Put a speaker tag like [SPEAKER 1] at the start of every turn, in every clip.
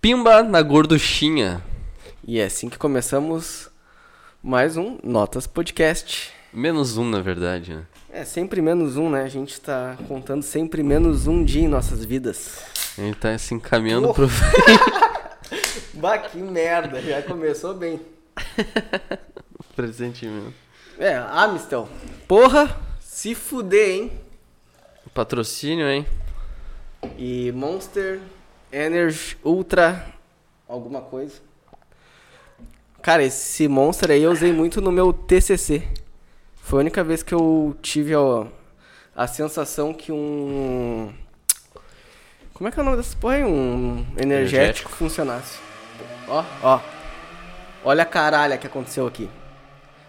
[SPEAKER 1] Pimba na gorduchinha.
[SPEAKER 2] E é assim que começamos mais um Notas Podcast.
[SPEAKER 1] Menos um, na verdade, né?
[SPEAKER 2] É sempre menos um, né? A gente tá contando sempre menos um dia em nossas vidas.
[SPEAKER 1] Ele tá se encaminhando
[SPEAKER 2] Oh.
[SPEAKER 1] pro.
[SPEAKER 2] Bah, que merda, já começou bem.
[SPEAKER 1] Presentimento.
[SPEAKER 2] É, Amistel. Porra, se fuder, hein?
[SPEAKER 1] Patrocínio, hein?
[SPEAKER 2] E Monster, Energy, Ultra, alguma coisa. Cara, esse Monster aí eu usei muito no meu TCC. Foi a única vez que eu tive a, a sensação que um... Como é que é o nome dessa porra aí? Um energético,
[SPEAKER 1] Energético.
[SPEAKER 2] funcionasse. Ó, ó. Olha a caralha que aconteceu aqui.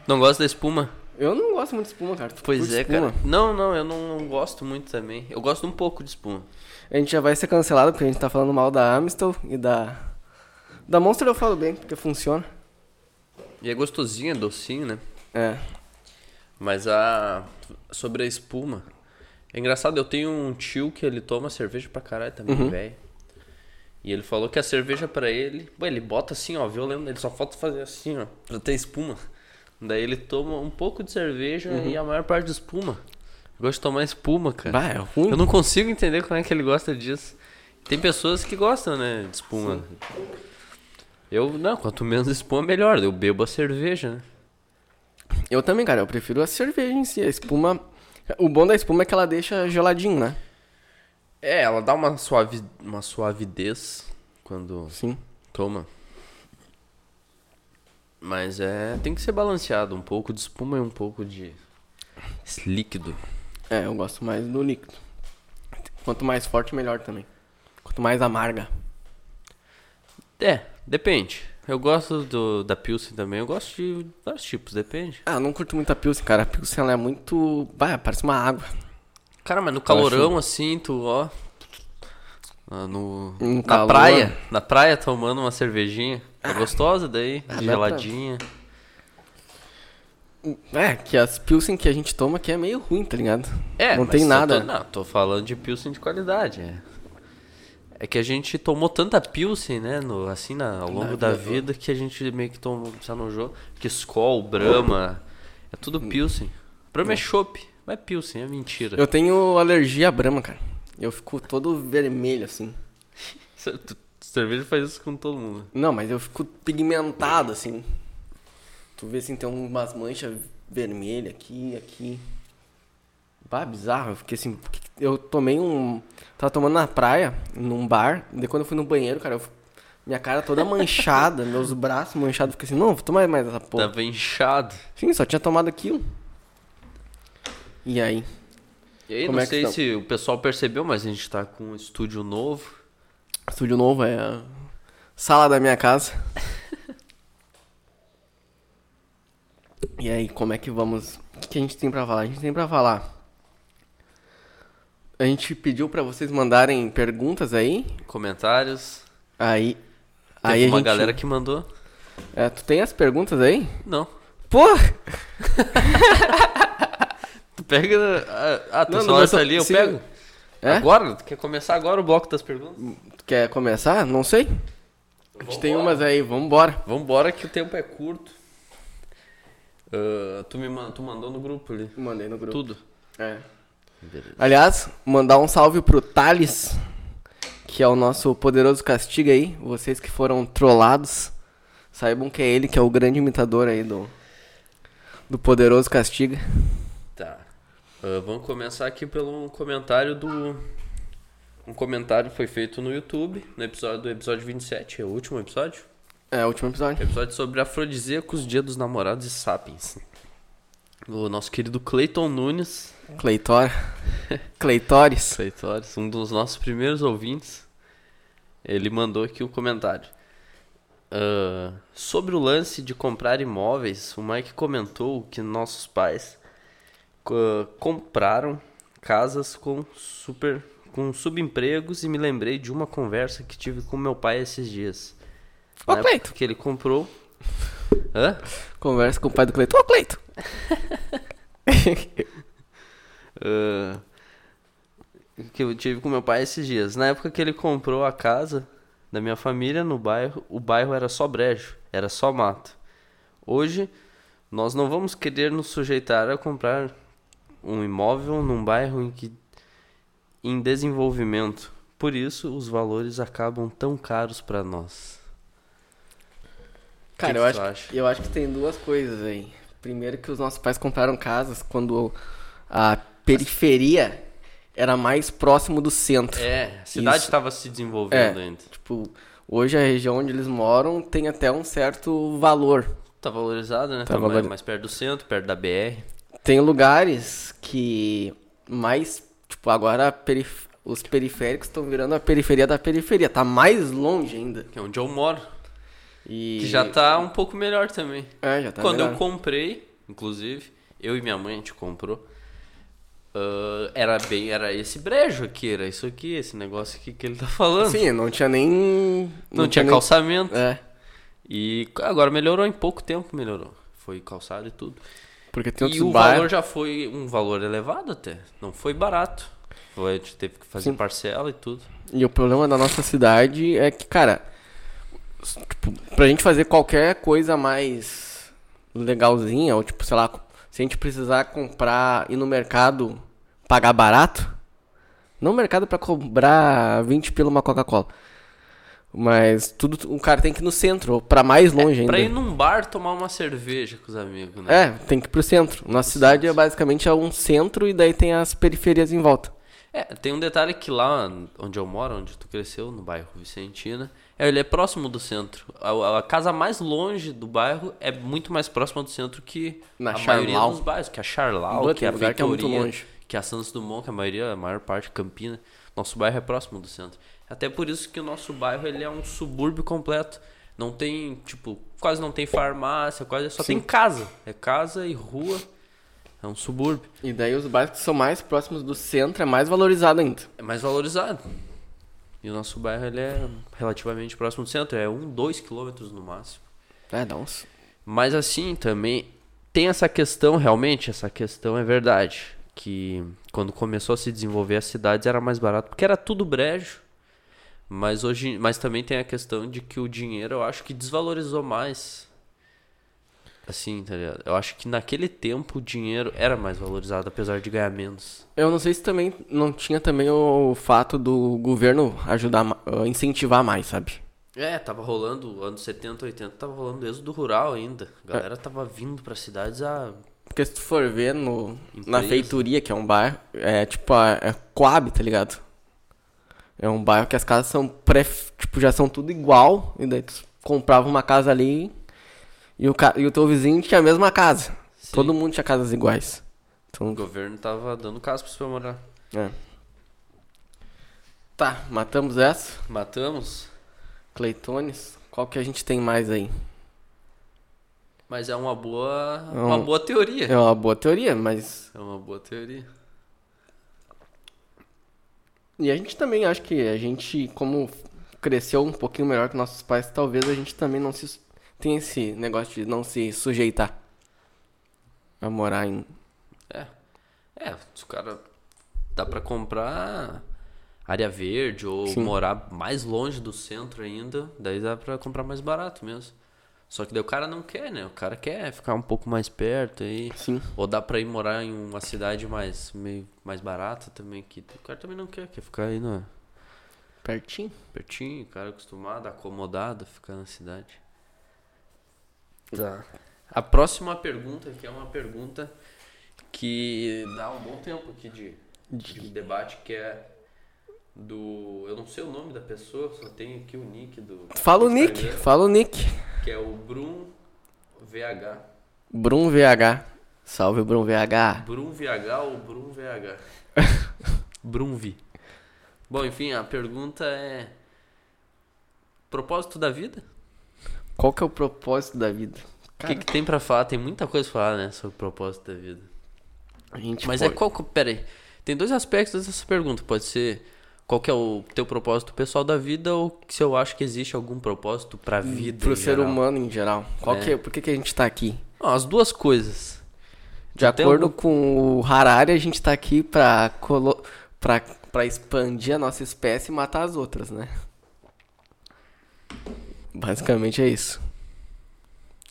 [SPEAKER 1] Não gosta da espuma?
[SPEAKER 2] Eu não gosto muito de espuma, cara. Tu
[SPEAKER 1] Pois
[SPEAKER 2] curte
[SPEAKER 1] é,
[SPEAKER 2] espuma?
[SPEAKER 1] cara. Não, não, eu não, não gosto muito também. Eu gosto um pouco de espuma.
[SPEAKER 2] A gente já vai ser cancelado porque a gente tá falando mal da Amistel e da. Da Monster eu falo bem, porque funciona.
[SPEAKER 1] E é gostosinho, é docinho, né?
[SPEAKER 2] É.
[SPEAKER 1] Mas a. Sobre a espuma. É engraçado, eu tenho um tio que ele toma cerveja pra caralho também, velho. E ele falou que a cerveja pra ele. Ué, ele bota assim, ó, violento. Ele só falta fazer assim, ó, pra ter espuma. Daí ele toma um pouco de cerveja e a maior parte de espuma. Eu gosto de tomar espuma, cara.
[SPEAKER 2] Bah, é ruim.
[SPEAKER 1] Eu não consigo entender como é que ele gosta disso. Tem pessoas que gostam, né, de espuma. Eu, não, quanto menos espuma, melhor. Eu bebo a cerveja, né?
[SPEAKER 2] Eu também, cara, eu prefiro a cerveja em si. A espuma. O bom da espuma é que ela deixa geladinho, né?
[SPEAKER 1] É, ela dá uma, suavi... uma suavidez quando
[SPEAKER 2] Sim.
[SPEAKER 1] toma. Mas é. Tem que ser balanceado, um pouco de espuma e um pouco de líquido.
[SPEAKER 2] É, eu gosto mais do líquido. Quanto mais forte, melhor também. Quanto mais amarga.
[SPEAKER 1] É, depende. Eu gosto do, da Pilsen também, eu gosto de vários tipos, depende.
[SPEAKER 2] Ah, eu não curto muito a Pilsen, cara. A Pilsen ela é muito. Bah, parece uma água.
[SPEAKER 1] Cara, mas no calorão assim, tu ó. ah, No,
[SPEAKER 2] Um
[SPEAKER 1] na
[SPEAKER 2] calor.
[SPEAKER 1] praia, na praia tomando uma cervejinha. É gostosa daí,
[SPEAKER 2] dá pra-
[SPEAKER 1] geladinha.
[SPEAKER 2] É, que as Pilsen que a gente toma aqui é meio ruim, tá ligado?
[SPEAKER 1] É,
[SPEAKER 2] Não
[SPEAKER 1] mas
[SPEAKER 2] tem
[SPEAKER 1] eu
[SPEAKER 2] nada.
[SPEAKER 1] Tô, não, tô falando de Pilsen de qualidade. É, É que a gente tomou tanta Pilsen, né, no, assim, na- ao longo da vida, que a gente meio que tomou, já no jogo, que Skol, Brahma, é tudo Pilsen. Brahma é chopp, mas é Pilsen, é mentira.
[SPEAKER 2] Hum. Eu tenho alergia à brama, cara. Eu fico todo vermelho, assim.
[SPEAKER 1] Cer- tu- Cerveja faz isso com todo mundo.
[SPEAKER 2] Não, mas eu fico pigmentado, assim. Tu vê, assim, tem umas manchas vermelhas aqui, aqui. Bah, bizarro. Eu fiquei assim... por que que- Eu tomei um... Tava tomando na praia, num bar. E daí quando eu fui no banheiro, cara, eu... f- Minha cara toda manchada, meus braços manchados. Fiquei assim, não, vou tomar mais essa porra.
[SPEAKER 1] Tava Tá inchado.
[SPEAKER 2] Sim, só tinha tomado aquilo. E aí?
[SPEAKER 1] E aí,
[SPEAKER 2] Como
[SPEAKER 1] não
[SPEAKER 2] é que
[SPEAKER 1] sei
[SPEAKER 2] tão?
[SPEAKER 1] se o pessoal percebeu, mas a gente tá com um estúdio novo.
[SPEAKER 2] Estúdio novo é a sala da minha casa. e aí, como é que vamos? O que que a gente tem pra falar? A gente tem pra falar. A gente pediu pra vocês mandarem perguntas aí.
[SPEAKER 1] Comentários.
[SPEAKER 2] Aí.
[SPEAKER 1] Teve
[SPEAKER 2] aí a
[SPEAKER 1] uma
[SPEAKER 2] gente-
[SPEAKER 1] galera que mandou.
[SPEAKER 2] É, tu tem as perguntas aí?
[SPEAKER 1] Não.
[SPEAKER 2] Pô!
[SPEAKER 1] Tu pega. ah, Ah, tu
[SPEAKER 2] Não,
[SPEAKER 1] só
[SPEAKER 2] não, mas
[SPEAKER 1] essa
[SPEAKER 2] eu-
[SPEAKER 1] ali, eu
[SPEAKER 2] sim.
[SPEAKER 1] pego.
[SPEAKER 2] É?
[SPEAKER 1] Agora? Tu quer começar agora o bloco das perguntas?
[SPEAKER 2] Tu quer começar? Não sei. A gente tem umas aí, vambora.
[SPEAKER 1] Vambora que o tempo é curto. Ah, tu me man- tu mandou no grupo ali.
[SPEAKER 2] Mandei no grupo.
[SPEAKER 1] Tudo.
[SPEAKER 2] É. Aliás, mandar um salve pro Thales, que é o nosso poderoso castiga aí. Vocês que foram trollados, saibam que é ele que é o grande imitador aí do, do poderoso castiga.
[SPEAKER 1] Tá. Ah, vamos começar aqui pelo um comentário do. Um comentário que foi feito no YouTube, no episódio do episódio 27, é o último episódio.
[SPEAKER 2] É, o último episódio.
[SPEAKER 1] Episódio sobre afrodisíacos, dia dos namorados e sapiens. O nosso querido Clayton Nunes,
[SPEAKER 2] Cleitor. Cleitores.
[SPEAKER 1] Feitores, um dos nossos primeiros ouvintes, ele mandou aqui um comentário. Ah, sobre o lance de comprar imóveis, o Mike comentou que nossos pais co- compraram casas com super com subempregos e me lembrei de uma conversa que tive com meu pai esses dias.
[SPEAKER 2] Ô,
[SPEAKER 1] Na época
[SPEAKER 2] Cleito.
[SPEAKER 1] Que ele comprou. Hã?
[SPEAKER 2] Conversa com o pai do Cleito. Ô, Cleito!
[SPEAKER 1] Ah, que eu tive com meu pai esses dias. Na época que ele comprou a casa, Da minha família, no bairro, o bairro era só brejo, era só mato. Hoje, nós não vamos querer nos sujeitar a comprar um imóvel num bairro em, que, em desenvolvimento. Por isso, os valores acabam tão caros para nós.
[SPEAKER 2] Cara,
[SPEAKER 1] que
[SPEAKER 2] eu,
[SPEAKER 1] tu
[SPEAKER 2] acho,
[SPEAKER 1] acha?
[SPEAKER 2] eu acho que tem duas coisas aí. Primeiro que os nossos pais compraram casas quando a periferia era mais próximo do centro.
[SPEAKER 1] É, a cidade
[SPEAKER 2] Isso.
[SPEAKER 1] estava se desenvolvendo ainda.
[SPEAKER 2] Tipo, hoje a região onde eles moram tem até um certo valor.
[SPEAKER 1] Tá valorizada, né?
[SPEAKER 2] Tá
[SPEAKER 1] Tá mais-
[SPEAKER 2] valori-
[SPEAKER 1] mais perto do centro, perto da BR.
[SPEAKER 2] Tem lugares que mais, tipo, agora a perif- os periféricos estão virando a periferia da periferia, tá mais longe ainda.
[SPEAKER 1] Que é onde eu moro.
[SPEAKER 2] E
[SPEAKER 1] Que já tá um pouco melhor também.
[SPEAKER 2] É, já tá
[SPEAKER 1] Quando
[SPEAKER 2] melhor.
[SPEAKER 1] eu comprei, inclusive, eu e minha mãe a gente comprou. ah, era bem, era esse brejo aqui, era isso aqui, esse negócio aqui que ele tá falando.
[SPEAKER 2] Sim, não tinha nem
[SPEAKER 1] não, tinha
[SPEAKER 2] nem-
[SPEAKER 1] calçamento.
[SPEAKER 2] É.
[SPEAKER 1] E agora melhorou, em pouco tempo melhorou. Foi calçado e tudo.
[SPEAKER 2] Porque tem
[SPEAKER 1] e o
[SPEAKER 2] outros bairros.
[SPEAKER 1] valor já foi um valor elevado até. Não foi barato. Foi, a gente teve que fazer
[SPEAKER 2] Sim.
[SPEAKER 1] parcela e tudo.
[SPEAKER 2] E o problema da nossa cidade é que, cara, s- tipo, pra gente fazer qualquer coisa mais legalzinha, ou tipo, sei lá, se a gente precisar comprar, ir no mercado, pagar barato, não no mercado pra cobrar 20 pela uma Coca-Cola. Mas tudo, o cara tem que ir no centro, ou pra mais longe ainda.
[SPEAKER 1] É, Pra ir num bar tomar uma cerveja com os amigos, né?
[SPEAKER 2] É, tem que ir pro centro. Nossa cidade é basicamente é um centro e daí tem as periferias em volta.
[SPEAKER 1] É, tem um detalhe que lá onde eu moro, onde tu cresceu, no bairro Vicentina, é, ele é próximo do centro. A, a casa mais longe do bairro é muito mais próxima do centro que
[SPEAKER 2] Na
[SPEAKER 1] a
[SPEAKER 2] Charlau.
[SPEAKER 1] maioria dos bairros, que é a Charlau,
[SPEAKER 2] Boa,
[SPEAKER 1] que
[SPEAKER 2] tem
[SPEAKER 1] a Vitoria,
[SPEAKER 2] lugar que é muito longe.
[SPEAKER 1] que a Santos Dumont, que é a maioria, a maior parte, Campina. Nosso bairro é próximo do centro. Até por isso que o nosso bairro ele é um subúrbio completo. Não tem, tipo, quase não tem farmácia, quase só tem casa. É casa e rua. É um subúrbio.
[SPEAKER 2] E daí os bairros que são mais próximos do centro é mais valorizado ainda.
[SPEAKER 1] é mais valorizado. E o nosso bairro ele é relativamente próximo do centro, é um, dois quilômetros no máximo.
[SPEAKER 2] É, dá uns.
[SPEAKER 1] Mas assim também tem essa questão, realmente, essa questão é verdade. Que quando começou a se desenvolver as cidades era mais barato, porque era tudo brejo. Mas hoje. Mas também tem a questão de que o dinheiro eu acho que desvalorizou mais. Assim, tá ligado? Eu acho que naquele tempo o dinheiro era mais valorizado, apesar de ganhar menos.
[SPEAKER 2] Eu não sei se também não tinha também o fato do governo ajudar, ma- ah, incentivar mais, sabe?
[SPEAKER 1] É, tava rolando, anos 70, 80, tava rolando êxodo rural ainda. A galera tava vindo pra cidades a.
[SPEAKER 2] Porque se tu for ver no, na
[SPEAKER 1] Empresa.
[SPEAKER 2] feitoria, que é um bairro, é tipo a é Coab, tá ligado? É um bairro que as casas são pré, tipo, já são tudo igual, e daí tu comprava uma casa ali e o, ca- e o teu vizinho tinha a mesma casa.
[SPEAKER 1] Sim.
[SPEAKER 2] Todo mundo tinha casas iguais. Então,
[SPEAKER 1] O governo tava dando caso pra você morar.
[SPEAKER 2] é. Tá, matamos essa.
[SPEAKER 1] Matamos,
[SPEAKER 2] Cleitones, qual que a gente tem mais aí?
[SPEAKER 1] mas é uma boa.
[SPEAKER 2] Não.
[SPEAKER 1] Uma boa teoria.
[SPEAKER 2] É uma boa teoria, mas.
[SPEAKER 1] É uma boa teoria.
[SPEAKER 2] E a gente também acho que a gente, como cresceu um pouquinho melhor que nossos pais, talvez a gente também não se. Tem esse negócio de não se sujeitar a morar em.
[SPEAKER 1] É. É, os caras. Dá pra comprar área verde ou
[SPEAKER 2] Sim.
[SPEAKER 1] morar mais longe do centro ainda. Daí dá pra comprar mais barato mesmo. Só que daí o cara não quer, né? O cara quer ficar um pouco mais perto aí.
[SPEAKER 2] Sim.
[SPEAKER 1] Ou dá pra ir morar em uma cidade mais, meio, mais barata também, que o cara também não quer, quer ficar aí na,
[SPEAKER 2] Pertinho.
[SPEAKER 1] pertinho, o cara acostumado, acomodado, ficar na cidade.
[SPEAKER 2] Tá.
[SPEAKER 1] A próxima pergunta, que é uma pergunta que dá um bom tempo aqui de, de debate, que é do... Eu não sei o nome da pessoa, só tenho aqui o nick do...
[SPEAKER 2] Fala o
[SPEAKER 1] do
[SPEAKER 2] Nick.
[SPEAKER 1] Instagram,
[SPEAKER 2] Fala o Nick.
[SPEAKER 1] Que é o Brum VH.
[SPEAKER 2] Brum VH. Salve, Brum VH.
[SPEAKER 1] Brum VH ou Brum VH? Brumvi. Bom, enfim, a pergunta é: Propósito da vida?
[SPEAKER 2] Qual que é o propósito da vida?
[SPEAKER 1] O que, que tem pra falar? Tem muita coisa pra falar, né? Sobre o propósito da vida.
[SPEAKER 2] A gente
[SPEAKER 1] Mas é
[SPEAKER 2] foi-
[SPEAKER 1] qual. que- Pera aí. Tem dois aspectos dessa pergunta. Pode ser qual que é o teu propósito pessoal da vida ou se eu acho que existe algum propósito pra vida.
[SPEAKER 2] Hum, Pro
[SPEAKER 1] em
[SPEAKER 2] ser
[SPEAKER 1] geral.
[SPEAKER 2] humano em geral. Qual
[SPEAKER 1] É.
[SPEAKER 2] que é? Por que, que a gente tá aqui?
[SPEAKER 1] Não, as duas coisas.
[SPEAKER 2] De
[SPEAKER 1] tem
[SPEAKER 2] acordo com o Harari, a gente tá aqui pra, colo... pra, pra expandir a nossa espécie e matar as outras, né? Basicamente é isso.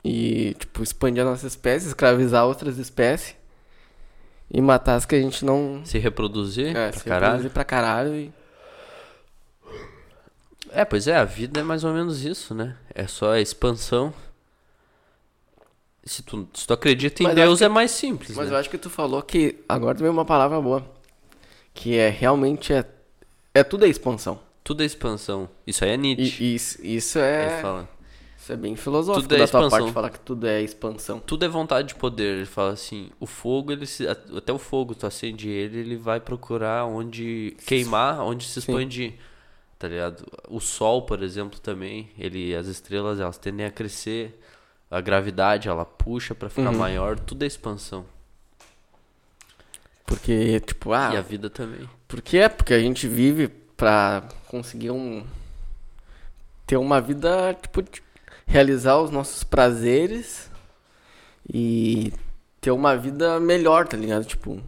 [SPEAKER 2] E, tipo, expandir a nossa espécie, escravizar outras espécies e matar as que a gente não.
[SPEAKER 1] Se reproduzir
[SPEAKER 2] É,
[SPEAKER 1] pra
[SPEAKER 2] se
[SPEAKER 1] caralho.
[SPEAKER 2] reproduzir pra caralho e.
[SPEAKER 1] É, pois é, a vida é mais ou menos isso, né? É só a expansão. Se tu, se tu acredita em
[SPEAKER 2] Mas eu
[SPEAKER 1] Deus, é mais simples,
[SPEAKER 2] Mas
[SPEAKER 1] né?
[SPEAKER 2] eu acho que tu falou que agora também uma palavra boa. Que é realmente é. É tudo é expansão.
[SPEAKER 1] Tudo é expansão. Isso aí é Nietzsche.
[SPEAKER 2] E, e isso, isso
[SPEAKER 1] Ele
[SPEAKER 2] é.
[SPEAKER 1] fala.
[SPEAKER 2] Isso é bem filosófico
[SPEAKER 1] Tudo é
[SPEAKER 2] da tua
[SPEAKER 1] expansão.
[SPEAKER 2] parte falar que tudo é expansão.
[SPEAKER 1] Tudo é vontade de poder. Ele fala assim, o fogo, ele se, até o fogo, tu acende ele, ele vai procurar onde queimar, onde se expandir. Tá ligado? O sol, por exemplo, também, ele as estrelas, elas tendem a crescer. A gravidade, ela puxa pra
[SPEAKER 2] Uhum.
[SPEAKER 1] ficar maior, tudo é expansão.
[SPEAKER 2] Porque, tipo, ah.
[SPEAKER 1] E a vida também.
[SPEAKER 2] Porque é, porque a gente vive pra conseguir um. ter uma vida, tipo, de realizar os nossos prazeres e ter uma vida melhor, tá ligado? Tipo,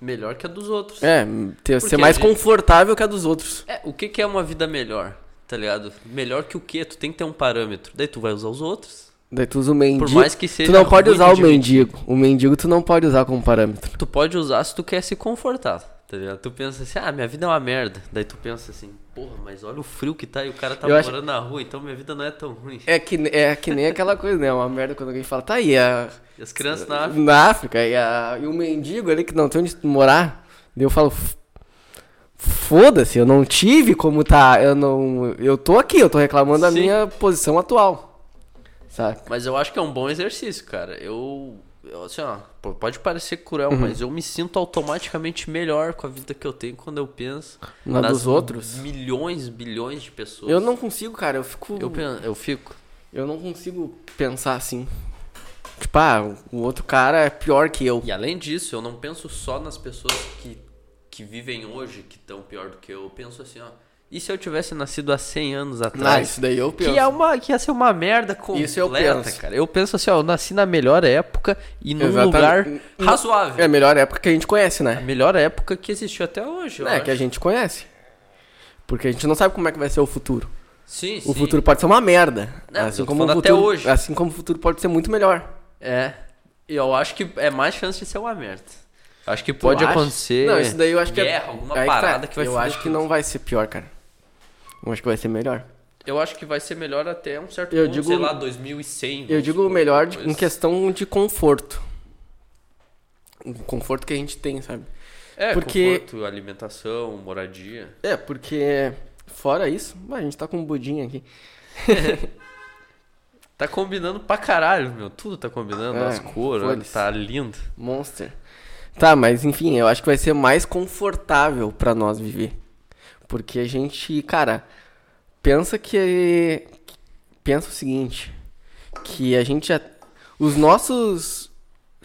[SPEAKER 1] Melhor que a dos outros.
[SPEAKER 2] é, ter,
[SPEAKER 1] Porque
[SPEAKER 2] ser
[SPEAKER 1] a
[SPEAKER 2] mais
[SPEAKER 1] gente-
[SPEAKER 2] confortável que a dos outros.
[SPEAKER 1] É, o que, que é uma vida melhor? Tá ligado? Melhor que o quê? Tu tem que ter um parâmetro. Daí tu vai usar os outros.
[SPEAKER 2] Daí tu usa o mendigo.
[SPEAKER 1] Por mais que seja
[SPEAKER 2] tu não pode
[SPEAKER 1] ruim
[SPEAKER 2] usar o
[SPEAKER 1] de ver.
[SPEAKER 2] mendigo. O mendigo tu não pode usar como parâmetro.
[SPEAKER 1] Tu pode usar se tu quer se confortar. Tá ligado? Tu pensa assim, ah, minha vida é uma merda. Daí tu pensa assim, porra, mas olha o frio que tá e o cara tá
[SPEAKER 2] Eu acho-
[SPEAKER 1] morando na rua, então minha vida não é tão ruim.
[SPEAKER 2] É que, é que nem aquela coisa, né? É uma merda quando alguém fala, tá aí, a,
[SPEAKER 1] E as crianças na África.
[SPEAKER 2] Na África, e, a- e o mendigo ali que não tem onde morar, daí eu falo, "F- foda-se, eu não tive como tá, eu não, eu tô aqui, eu tô reclamando da
[SPEAKER 1] Sim.
[SPEAKER 2] minha posição atual, saca?
[SPEAKER 1] Mas eu acho que é um bom exercício, cara. Eu. eu, assim, ó, pô, pode parecer cruel,
[SPEAKER 2] Uhum.
[SPEAKER 1] mas eu me sinto automaticamente melhor com a vida que eu tenho quando eu penso
[SPEAKER 2] Na
[SPEAKER 1] nas
[SPEAKER 2] dos outros.
[SPEAKER 1] Milhões, bilhões de pessoas.
[SPEAKER 2] Eu não consigo, cara, eu fico,
[SPEAKER 1] Eu,
[SPEAKER 2] eu,
[SPEAKER 1] pen- eu fico.
[SPEAKER 2] não consigo pensar assim, tipo, ah, o outro cara é pior que eu.
[SPEAKER 1] E além disso, eu não penso só nas pessoas que, que vivem hoje, que estão pior do que eu. Eu penso assim, ó. E se eu tivesse nascido há 100 anos
[SPEAKER 2] Ah,
[SPEAKER 1] atrás?
[SPEAKER 2] isso daí eu penso.
[SPEAKER 1] que, é uma, que ia ser uma merda completa,
[SPEAKER 2] Isso eu penso.
[SPEAKER 1] cara. Eu penso assim, ó, eu nasci na melhor época e num
[SPEAKER 2] Exatamente.
[SPEAKER 1] lugar
[SPEAKER 2] N- É
[SPEAKER 1] razoável.
[SPEAKER 2] a melhor época que a gente conhece,
[SPEAKER 1] A
[SPEAKER 2] né?
[SPEAKER 1] melhor época que existiu até hoje, eu
[SPEAKER 2] É,
[SPEAKER 1] acho.
[SPEAKER 2] que a gente conhece. Porque a gente não sabe como é que vai ser o futuro.
[SPEAKER 1] Sim, sim.
[SPEAKER 2] O futuro pode ser uma merda.
[SPEAKER 1] Não, mas eu
[SPEAKER 2] assim
[SPEAKER 1] tô
[SPEAKER 2] como o
[SPEAKER 1] falando
[SPEAKER 2] futuro,
[SPEAKER 1] até hoje.
[SPEAKER 2] Assim como o futuro pode ser muito melhor.
[SPEAKER 1] É. E eu acho que é mais chance de ser uma merda. Acho que pode
[SPEAKER 2] acha?
[SPEAKER 1] acontecer.
[SPEAKER 2] Não, isso daí eu acho que
[SPEAKER 1] guerra, alguma
[SPEAKER 2] Aí tá.
[SPEAKER 1] parada que vai
[SPEAKER 2] Eu
[SPEAKER 1] fuder
[SPEAKER 2] acho que
[SPEAKER 1] tudo.
[SPEAKER 2] não vai ser pior, cara. Eu acho que vai ser melhor.
[SPEAKER 1] Eu acho que vai ser melhor até um certo
[SPEAKER 2] Eu
[SPEAKER 1] ponto,
[SPEAKER 2] digo-
[SPEAKER 1] sei lá, 2100.
[SPEAKER 2] Eu
[SPEAKER 1] vamos
[SPEAKER 2] digo
[SPEAKER 1] supor,
[SPEAKER 2] melhor de- em
[SPEAKER 1] depois.
[SPEAKER 2] questão de conforto. O conforto que a gente tem, sabe?
[SPEAKER 1] É,
[SPEAKER 2] Porque-
[SPEAKER 1] conforto, alimentação, moradia.
[SPEAKER 2] É, porque fora isso, Ué, a gente tá com um budinho aqui.
[SPEAKER 1] Tá combinando pra caralho, meu. Tudo tá combinando,
[SPEAKER 2] É,
[SPEAKER 1] as cores, olha,
[SPEAKER 2] foda-se.
[SPEAKER 1] tá lindo.
[SPEAKER 2] Monster. Tá, mas enfim, eu acho que vai ser mais confortável pra nós viver. Porque a gente, cara, pensa que pensa o seguinte, que a gente já os nossos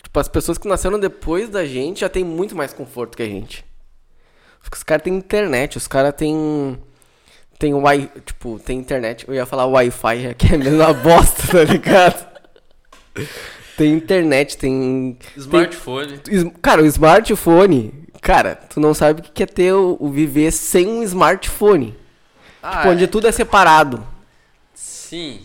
[SPEAKER 2] tipo as pessoas que nasceram depois da gente já tem muito mais conforto que a gente. Os caras têm internet, os caras têm tem wi, tipo, tem internet. Eu ia falar Wi-Fi, é que é a mesma bosta, tá ligado? Tem internet, tem
[SPEAKER 1] Smartphone.
[SPEAKER 2] Es- Cara, o smartphone. Cara, tu não sabe o que que é ter o, o viver sem um smartphone.
[SPEAKER 1] Ah,
[SPEAKER 2] Tipo, onde tudo é separado.
[SPEAKER 1] sim.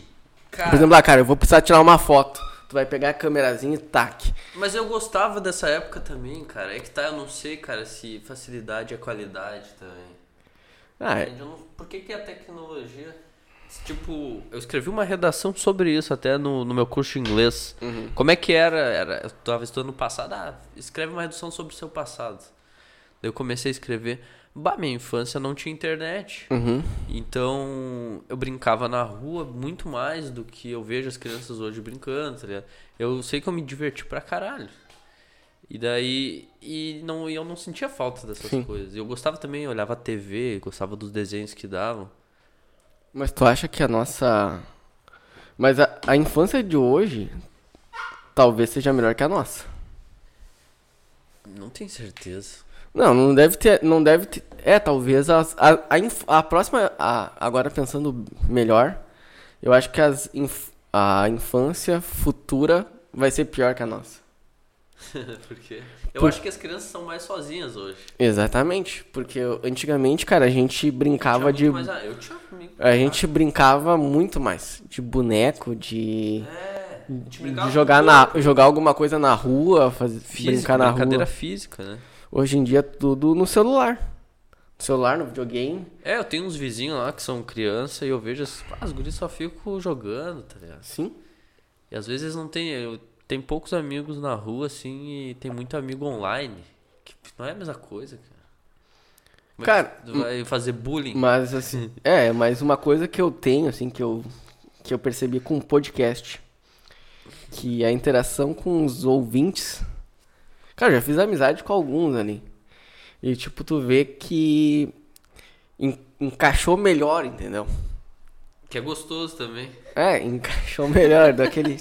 [SPEAKER 2] Por
[SPEAKER 1] Cara,
[SPEAKER 2] exemplo, ah, cara, eu vou precisar tirar uma foto. Tu vai pegar a câmerazinha e tac.
[SPEAKER 1] mas eu gostava dessa época também, cara. É que tá, eu não sei, cara, se facilidade é qualidade também.
[SPEAKER 2] Ah, é-
[SPEAKER 1] Entende? Eu não- Por que, que a tecnologia. Tipo, eu escrevi uma redação sobre isso até no, no meu curso de inglês.
[SPEAKER 2] Uhum.
[SPEAKER 1] Como é que era? era? Eu tava estudando no passado. Ah, escreve uma redação sobre o seu passado. Daí eu comecei a escrever. Bah, minha infância não tinha internet.
[SPEAKER 2] Uhum.
[SPEAKER 1] Então eu brincava na rua muito mais do que eu vejo as crianças hoje brincando, tá ligado? Eu sei que eu me diverti pra caralho. E daí. E não, e eu não sentia falta dessas coisas. Eu gostava também, eu olhava a TV, gostava dos desenhos que davam.
[SPEAKER 2] Mas tu acha que a nossa. Mas a, a infância de hoje talvez seja melhor que a nossa.
[SPEAKER 1] Não tenho certeza.
[SPEAKER 2] Não, não deve ter. Não deve ter. É, talvez as- a, a, inf- a próxima. a- agora pensando melhor, eu acho que as inf- a infância futura vai ser pior que a nossa.
[SPEAKER 1] Por quê? Eu
[SPEAKER 2] Por-
[SPEAKER 1] acho que as crianças são mais sozinhas hoje.
[SPEAKER 2] Exatamente, porque eu- antigamente, cara, a gente
[SPEAKER 1] Tinha
[SPEAKER 2] brincava de. É,
[SPEAKER 1] muito mais- ah, eu tinha comigo.
[SPEAKER 2] A gente brincava muito mais de boneco, de.
[SPEAKER 1] É, a gente brincava
[SPEAKER 2] de jogar,
[SPEAKER 1] com
[SPEAKER 2] na, jogar alguma coisa na rua, fazer,
[SPEAKER 1] física,
[SPEAKER 2] brincar na
[SPEAKER 1] brincadeira
[SPEAKER 2] rua.
[SPEAKER 1] física, né?
[SPEAKER 2] Hoje em dia é tudo no celular. No celular, no videogame.
[SPEAKER 1] É, eu tenho uns vizinhos lá que são criança e eu vejo as, ah, as guris só ficam jogando, tá ligado?
[SPEAKER 2] Sim.
[SPEAKER 1] E às vezes não tem. Eu tenho poucos amigos na rua, assim, e tem muito amigo online. Que não é a mesma coisa, cara. Como é que
[SPEAKER 2] Cara,
[SPEAKER 1] tu vai fazer bullying.
[SPEAKER 2] Mas assim, é, mas uma coisa que eu tenho, assim, que eu, que eu percebi com o podcast, que é a interação com os ouvintes. Cara, eu já fiz amizade com alguns ali. E tipo, tu vê que en- encaixou melhor, entendeu?
[SPEAKER 1] Que é gostoso também.
[SPEAKER 2] É, encaixou melhor daquele.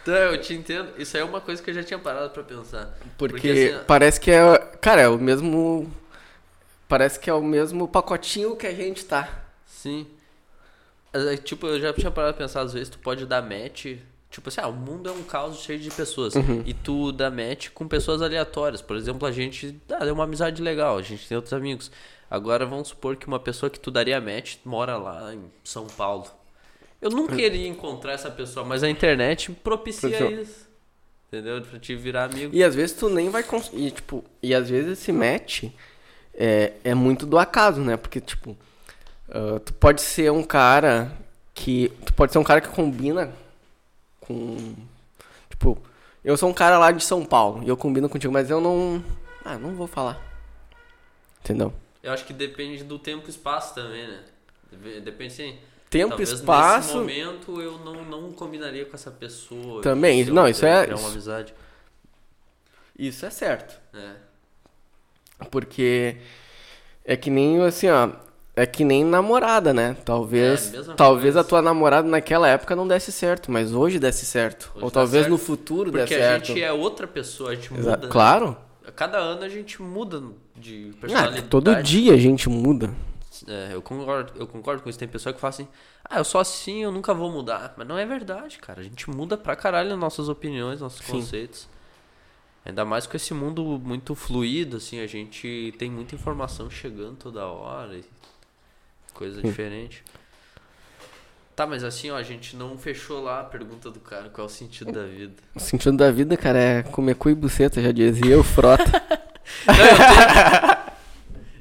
[SPEAKER 1] Então, eu te entendo. Isso aí é uma coisa que eu já tinha parado pra pensar.
[SPEAKER 2] Porque,
[SPEAKER 1] assim, ó,
[SPEAKER 2] parece que é. Cara, é o mesmo. Parece que é o mesmo pacotinho que a gente tá.
[SPEAKER 1] Sim. Mas é, Tipo, eu já tinha parado pra pensar, às vezes tu pode dar match. Tipo assim, ah, o mundo é um caos cheio de pessoas. E tu dá match com pessoas aleatórias. Por exemplo, a gente ah, é uma amizade legal, a gente tem outros amigos. Agora vamos supor que uma pessoa que tu daria match mora lá em São Paulo. Eu nunca iria encontrar essa pessoa, mas a internet propicia
[SPEAKER 2] Propiciou.
[SPEAKER 1] isso. Entendeu? Pra te virar amigo.
[SPEAKER 2] E às vezes tu nem vai conseguir, tipo, e às vezes esse match é, é muito do acaso, né? Porque, tipo, ah, tu pode ser um cara que. Tu pode ser um cara que combina com. Tipo, eu sou um cara lá de São Paulo e eu combino contigo, mas eu não. Ah, não vou falar. Entendeu?
[SPEAKER 1] Eu acho que depende do tempo e espaço também, né? Deve- Depende sim.
[SPEAKER 2] Tempo,
[SPEAKER 1] Talvez
[SPEAKER 2] espaço.
[SPEAKER 1] Nesse momento eu não, não combinaria com essa pessoa.
[SPEAKER 2] Também,
[SPEAKER 1] Se
[SPEAKER 2] não,
[SPEAKER 1] eu
[SPEAKER 2] isso é-
[SPEAKER 1] criar uma
[SPEAKER 2] isso-
[SPEAKER 1] amizade.
[SPEAKER 2] Isso é certo.
[SPEAKER 1] né?
[SPEAKER 2] Porque é que nem assim, ó. É que nem namorada, né? Talvez,
[SPEAKER 1] É, mesma
[SPEAKER 2] talvez
[SPEAKER 1] coisa.
[SPEAKER 2] a tua namorada naquela época não desse certo, mas hoje desse certo.
[SPEAKER 1] Hoje
[SPEAKER 2] Ou
[SPEAKER 1] dá
[SPEAKER 2] talvez
[SPEAKER 1] certo.
[SPEAKER 2] no futuro
[SPEAKER 1] Porque
[SPEAKER 2] desse
[SPEAKER 1] a
[SPEAKER 2] certo.
[SPEAKER 1] gente é outra pessoa, a gente
[SPEAKER 2] Exa-
[SPEAKER 1] muda. né?
[SPEAKER 2] Claro.
[SPEAKER 1] A cada ano a gente muda de
[SPEAKER 2] Ah,
[SPEAKER 1] personalidade.
[SPEAKER 2] todo dia a gente muda.
[SPEAKER 1] É, eu, concordo, eu concordo com isso. Tem pessoa que fala assim, ah, eu sou assim, eu nunca vou mudar. Mas não é verdade, cara. A gente muda pra caralho nossas opiniões, nossos
[SPEAKER 2] Sim.
[SPEAKER 1] conceitos. Ainda mais com esse mundo muito fluido, assim, a gente tem muita informação chegando toda hora. e Coisa diferente. Tá, mas assim, ó, a gente não fechou lá a pergunta do cara, qual é o sentido da vida.
[SPEAKER 2] O sentido da vida, cara, é comer cu e buceta, já dizia eu, frota.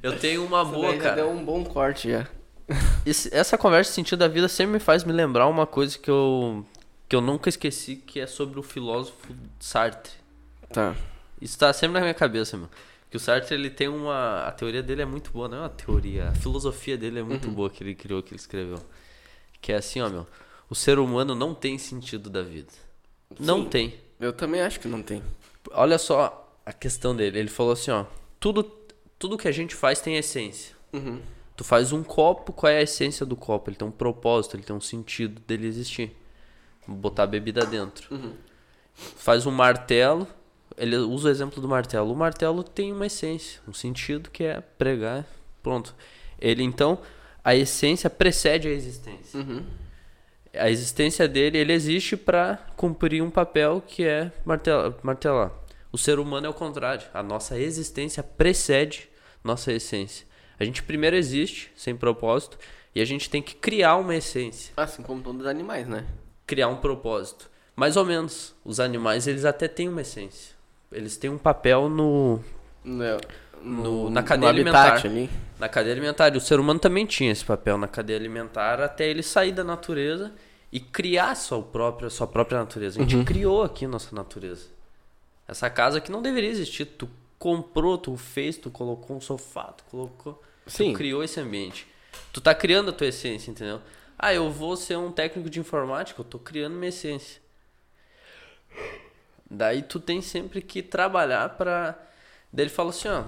[SPEAKER 1] Eu tenho uma boa, cara.
[SPEAKER 2] deu um bom corte já.
[SPEAKER 1] Esse- essa conversa de sentido da vida sempre me faz me lembrar uma coisa que eu, que eu nunca esqueci, que é sobre o filósofo Sartre.
[SPEAKER 2] Tá.
[SPEAKER 1] Isso tá sempre na minha cabeça, meu. Que o Sartre, ele tem uma... A teoria dele é muito boa, não é uma teoria. A filosofia dele é muito boa que ele criou, que ele escreveu. Que é assim, ó, meu. O ser humano não tem sentido da vida. Não
[SPEAKER 2] Sim.
[SPEAKER 1] tem.
[SPEAKER 2] Eu também acho que não tem.
[SPEAKER 1] Olha só a questão dele. Ele falou assim, ó. Tudo, tudo que a gente faz tem essência.
[SPEAKER 2] Uhum.
[SPEAKER 1] Tu faz um copo, qual é a essência do copo? Ele tem um propósito, ele tem um sentido dele existir. Botar a bebida dentro. Faz um martelo, ele usa o exemplo do martelo. O martelo tem uma essência, um sentido que é pregar, pronto. Ele então, a essência precede a existência.
[SPEAKER 2] uhum.
[SPEAKER 1] A existência dele, ele existe para cumprir um papel que é martelar, martelar. O ser humano é o contrário. A nossa existência precede nossa essência. A gente primeiro existe, sem propósito, e a gente tem que criar uma essência
[SPEAKER 2] Assim como todos os animais, né?
[SPEAKER 1] criar um propósito. Mais ou menos. Os animais, eles até têm uma essência. Eles têm um papel no,
[SPEAKER 2] No,
[SPEAKER 1] No- na cadeia alimentar.
[SPEAKER 2] habitat ali.
[SPEAKER 1] na cadeia alimentar. E o ser humano também tinha esse papel na cadeia alimentar até ele sair da natureza e criar sua própria, sua própria natureza. A gente criou aqui nossa natureza. Essa casa que não deveria existir. Tu comprou, tu fez, tu colocou um sofá, tu colocou.
[SPEAKER 2] Sim.
[SPEAKER 1] Tu criou esse ambiente. Tu tá criando a tua essência, entendeu? Ah, eu vou ser um técnico de informática, eu tô criando minha essência. Daí tu tem sempre que trabalhar pra. Daí ele fala assim, ó.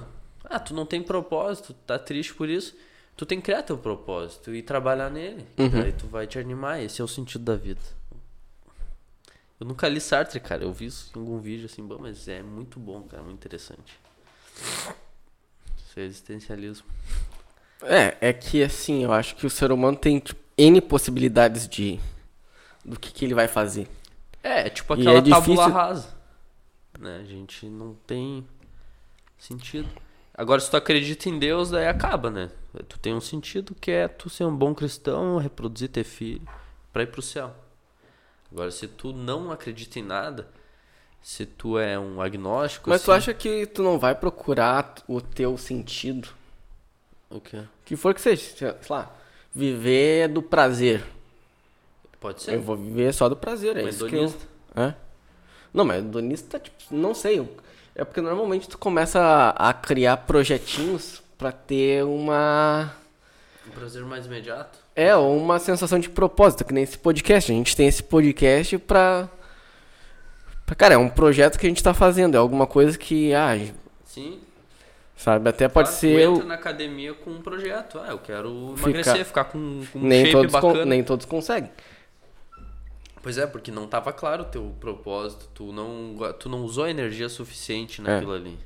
[SPEAKER 1] Ah, tu não tem propósito, tu tá triste por isso. Tu tem que criar teu propósito e trabalhar nele. Daí tu vai te animar, esse é o sentido da vida. Eu nunca li Sartre, cara. Eu vi isso em algum vídeo assim, bom, mas é muito bom, cara, muito interessante. Isso é existencialismo.
[SPEAKER 2] É, é que assim, eu acho que o ser humano tem tipo, N possibilidades de do que, que ele vai fazer.
[SPEAKER 1] É, é tipo
[SPEAKER 2] E
[SPEAKER 1] aquela
[SPEAKER 2] é difícil-
[SPEAKER 1] tábula rasa. né? A gente não tem sentido. Agora, se tu acredita em Deus, daí acaba, né? Tu tem um sentido que é tu ser um bom cristão, reproduzir, ter filho, pra ir pro céu. Agora, se tu não acredita em nada, se tu é um agnóstico...
[SPEAKER 2] Mas tu
[SPEAKER 1] assim,
[SPEAKER 2] acha que tu não vai procurar o teu sentido?
[SPEAKER 1] O quê?
[SPEAKER 2] Que for que seja, sei lá, viver é do prazer.
[SPEAKER 1] Pode
[SPEAKER 2] Eu
[SPEAKER 1] ser?
[SPEAKER 2] vou viver só do prazer, é
[SPEAKER 1] Um
[SPEAKER 2] isso
[SPEAKER 1] hedonista.
[SPEAKER 2] que eu... É? Não, mas hedonista, tipo, não sei. eu- É porque normalmente tu começa a, a criar projetinhos pra ter uma...
[SPEAKER 1] Um prazer mais imediato?
[SPEAKER 2] É, uma sensação de propósito, que nem esse podcast. A gente tem esse podcast pra... pra- Cara, é um projeto que a gente tá fazendo, é alguma coisa que, ah,
[SPEAKER 1] Sim.
[SPEAKER 2] sabe, até pode
[SPEAKER 1] Ah, tu
[SPEAKER 2] ser...
[SPEAKER 1] entra na academia com um projeto. Ah, eu quero emagrecer, ficar com, com um
[SPEAKER 2] nem,
[SPEAKER 1] shape
[SPEAKER 2] todos con-
[SPEAKER 1] bacana.
[SPEAKER 2] nem todos conseguem.
[SPEAKER 1] Pois é, porque não tava claro o teu propósito, tu não, gua- tu não usou a energia suficiente naquilo
[SPEAKER 2] É.
[SPEAKER 1] ali.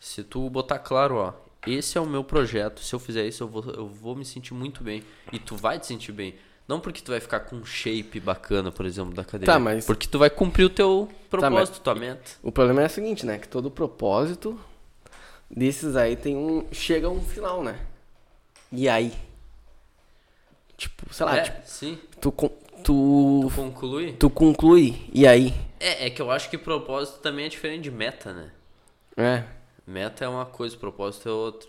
[SPEAKER 1] Se tu botar claro, ó, esse é o meu projeto, se eu fizer isso eu vou, eu vou me sentir muito bem. E tu vai te sentir bem. Não porque tu vai ficar com um shape bacana, por exemplo, da academia.
[SPEAKER 2] Tá, mas- Tá,
[SPEAKER 1] Porque tu vai cumprir o teu
[SPEAKER 2] mas-
[SPEAKER 1] propósito, tua meta.
[SPEAKER 2] O problema é o seguinte, né? Que todo propósito desses aí tem um. Chega a um final, né? E aí? Tipo, sei lá,
[SPEAKER 1] é,
[SPEAKER 2] tipo,
[SPEAKER 1] sim.
[SPEAKER 2] tu, con- tu.
[SPEAKER 1] Conclui.
[SPEAKER 2] Tu conclui, e aí?
[SPEAKER 1] É, é que eu acho que propósito também é diferente de meta, né?
[SPEAKER 2] É.
[SPEAKER 1] Meta é uma coisa, propósito é outra.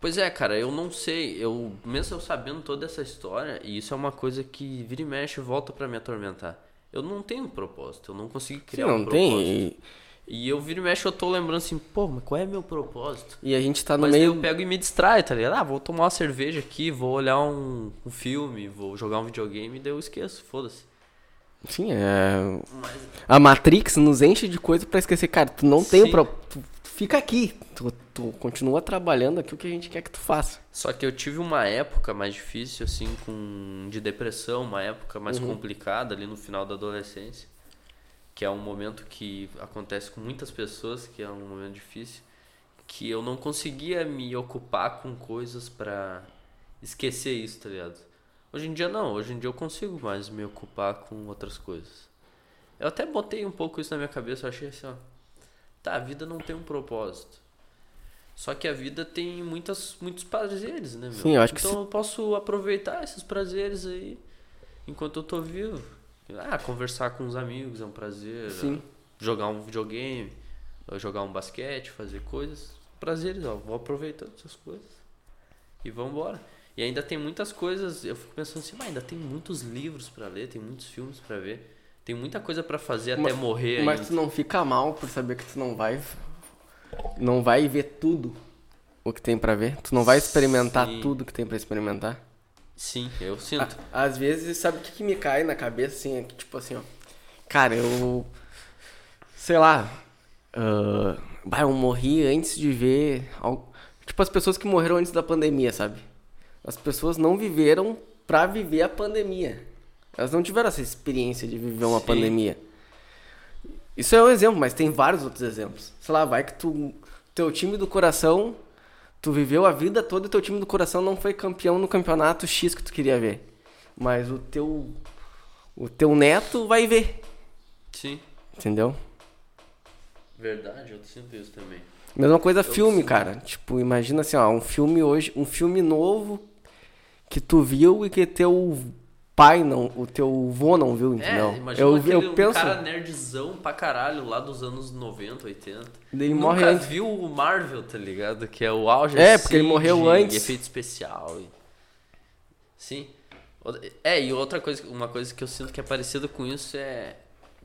[SPEAKER 1] Pois é, cara, eu não sei. Eu, mesmo eu sabendo toda essa história, e isso é uma coisa que vira e mexe e volta pra me atormentar. Eu não tenho um propósito, eu não consegui
[SPEAKER 2] Sim,
[SPEAKER 1] criar
[SPEAKER 2] não
[SPEAKER 1] um propósito.
[SPEAKER 2] tem. E,
[SPEAKER 1] E eu vira e mexe, eu tô lembrando assim, pô, mas qual é meu propósito?
[SPEAKER 2] e a gente tá no
[SPEAKER 1] Mas
[SPEAKER 2] meio.
[SPEAKER 1] eu pego e me distraio, tá ligado? Ah, vou tomar uma cerveja aqui, vou olhar um, um filme, vou jogar um videogame, daí eu esqueço, foda-se.
[SPEAKER 2] Sim, é.
[SPEAKER 1] Mas
[SPEAKER 2] A Matrix nos enche de coisa pra esquecer. Cara, tu não tem
[SPEAKER 1] Sim.
[SPEAKER 2] o pro... tu, tu fica aqui. Tu, tu continua trabalhando aqui o que a gente quer que tu faça.
[SPEAKER 1] Só que eu tive uma época mais difícil, assim, com de depressão, uma época mais complicada ali no final da adolescência, que é um momento que acontece com muitas pessoas, que é um momento difícil, que eu não conseguia me ocupar com coisas pra esquecer isso, tá ligado? Hoje em dia não, hoje em dia eu consigo mais me ocupar com outras coisas. Eu até botei um pouco isso na minha cabeça, eu achei assim, ó, tá, a vida não tem um propósito. Só que a vida tem muitas, muitos prazeres, né, meu?
[SPEAKER 2] Sim, eu acho que
[SPEAKER 1] então eu posso aproveitar esses prazeres aí enquanto eu tô vivo. Ah, conversar com os amigos é um prazer.
[SPEAKER 2] Sim.
[SPEAKER 1] Jogar um videogame, jogar um basquete, fazer coisas. Prazeres, ó, vou aproveitando essas coisas. E vambora. E ainda tem muitas coisas, eu fico pensando assim, mas ainda tem muitos livros pra ler, tem muitos filmes pra ver, tem muita coisa pra fazer
[SPEAKER 2] Mas-
[SPEAKER 1] até morrer
[SPEAKER 2] Mas
[SPEAKER 1] ainda.
[SPEAKER 2] tu não fica mal por saber que tu não vai não vai ver tudo o que tem pra ver. Tu não vai experimentar
[SPEAKER 1] Sim.
[SPEAKER 2] tudo que tem pra experimentar.
[SPEAKER 1] Sim, eu sinto.
[SPEAKER 2] Ah, Às vezes, sabe o que, que me cai na cabeça assim, é que, tipo assim, ó. Cara, eu sei lá, ah, bah, eu morri antes de ver al- tipo as pessoas que morreram antes da pandemia, sabe? As pessoas não viveram pra viver a pandemia. Elas não tiveram essa experiência de viver uma
[SPEAKER 1] Sim.
[SPEAKER 2] pandemia. Isso é um exemplo, mas tem vários outros exemplos. Sei lá, vai que tu. Teu time do coração. Tu viveu a vida toda e teu time do coração não foi campeão no campeonato X que tu queria ver. Mas o teu. O teu neto vai ver.
[SPEAKER 1] Sim.
[SPEAKER 2] Entendeu?
[SPEAKER 1] Verdade, eu sinto isso também.
[SPEAKER 2] Mesma coisa filme, cara. Tipo, imagina assim, ó, um filme hoje, um filme novo que tu viu e que teu pai não, o teu vô não viu,
[SPEAKER 1] É,
[SPEAKER 2] entendeu?
[SPEAKER 1] imagina
[SPEAKER 2] eu,
[SPEAKER 1] aquele
[SPEAKER 2] eu
[SPEAKER 1] um
[SPEAKER 2] penso,
[SPEAKER 1] cara nerdzão pra caralho lá dos anos 90, 80.
[SPEAKER 2] Ele
[SPEAKER 1] Nunca
[SPEAKER 2] morre antes.
[SPEAKER 1] viu o Marvel, tá ligado? Que é o auge
[SPEAKER 2] É,
[SPEAKER 1] assim,
[SPEAKER 2] porque ele morreu
[SPEAKER 1] de
[SPEAKER 2] antes.
[SPEAKER 1] efeito especial. e- Sim. É, e outra coisa, uma coisa que eu sinto que é parecida com isso é.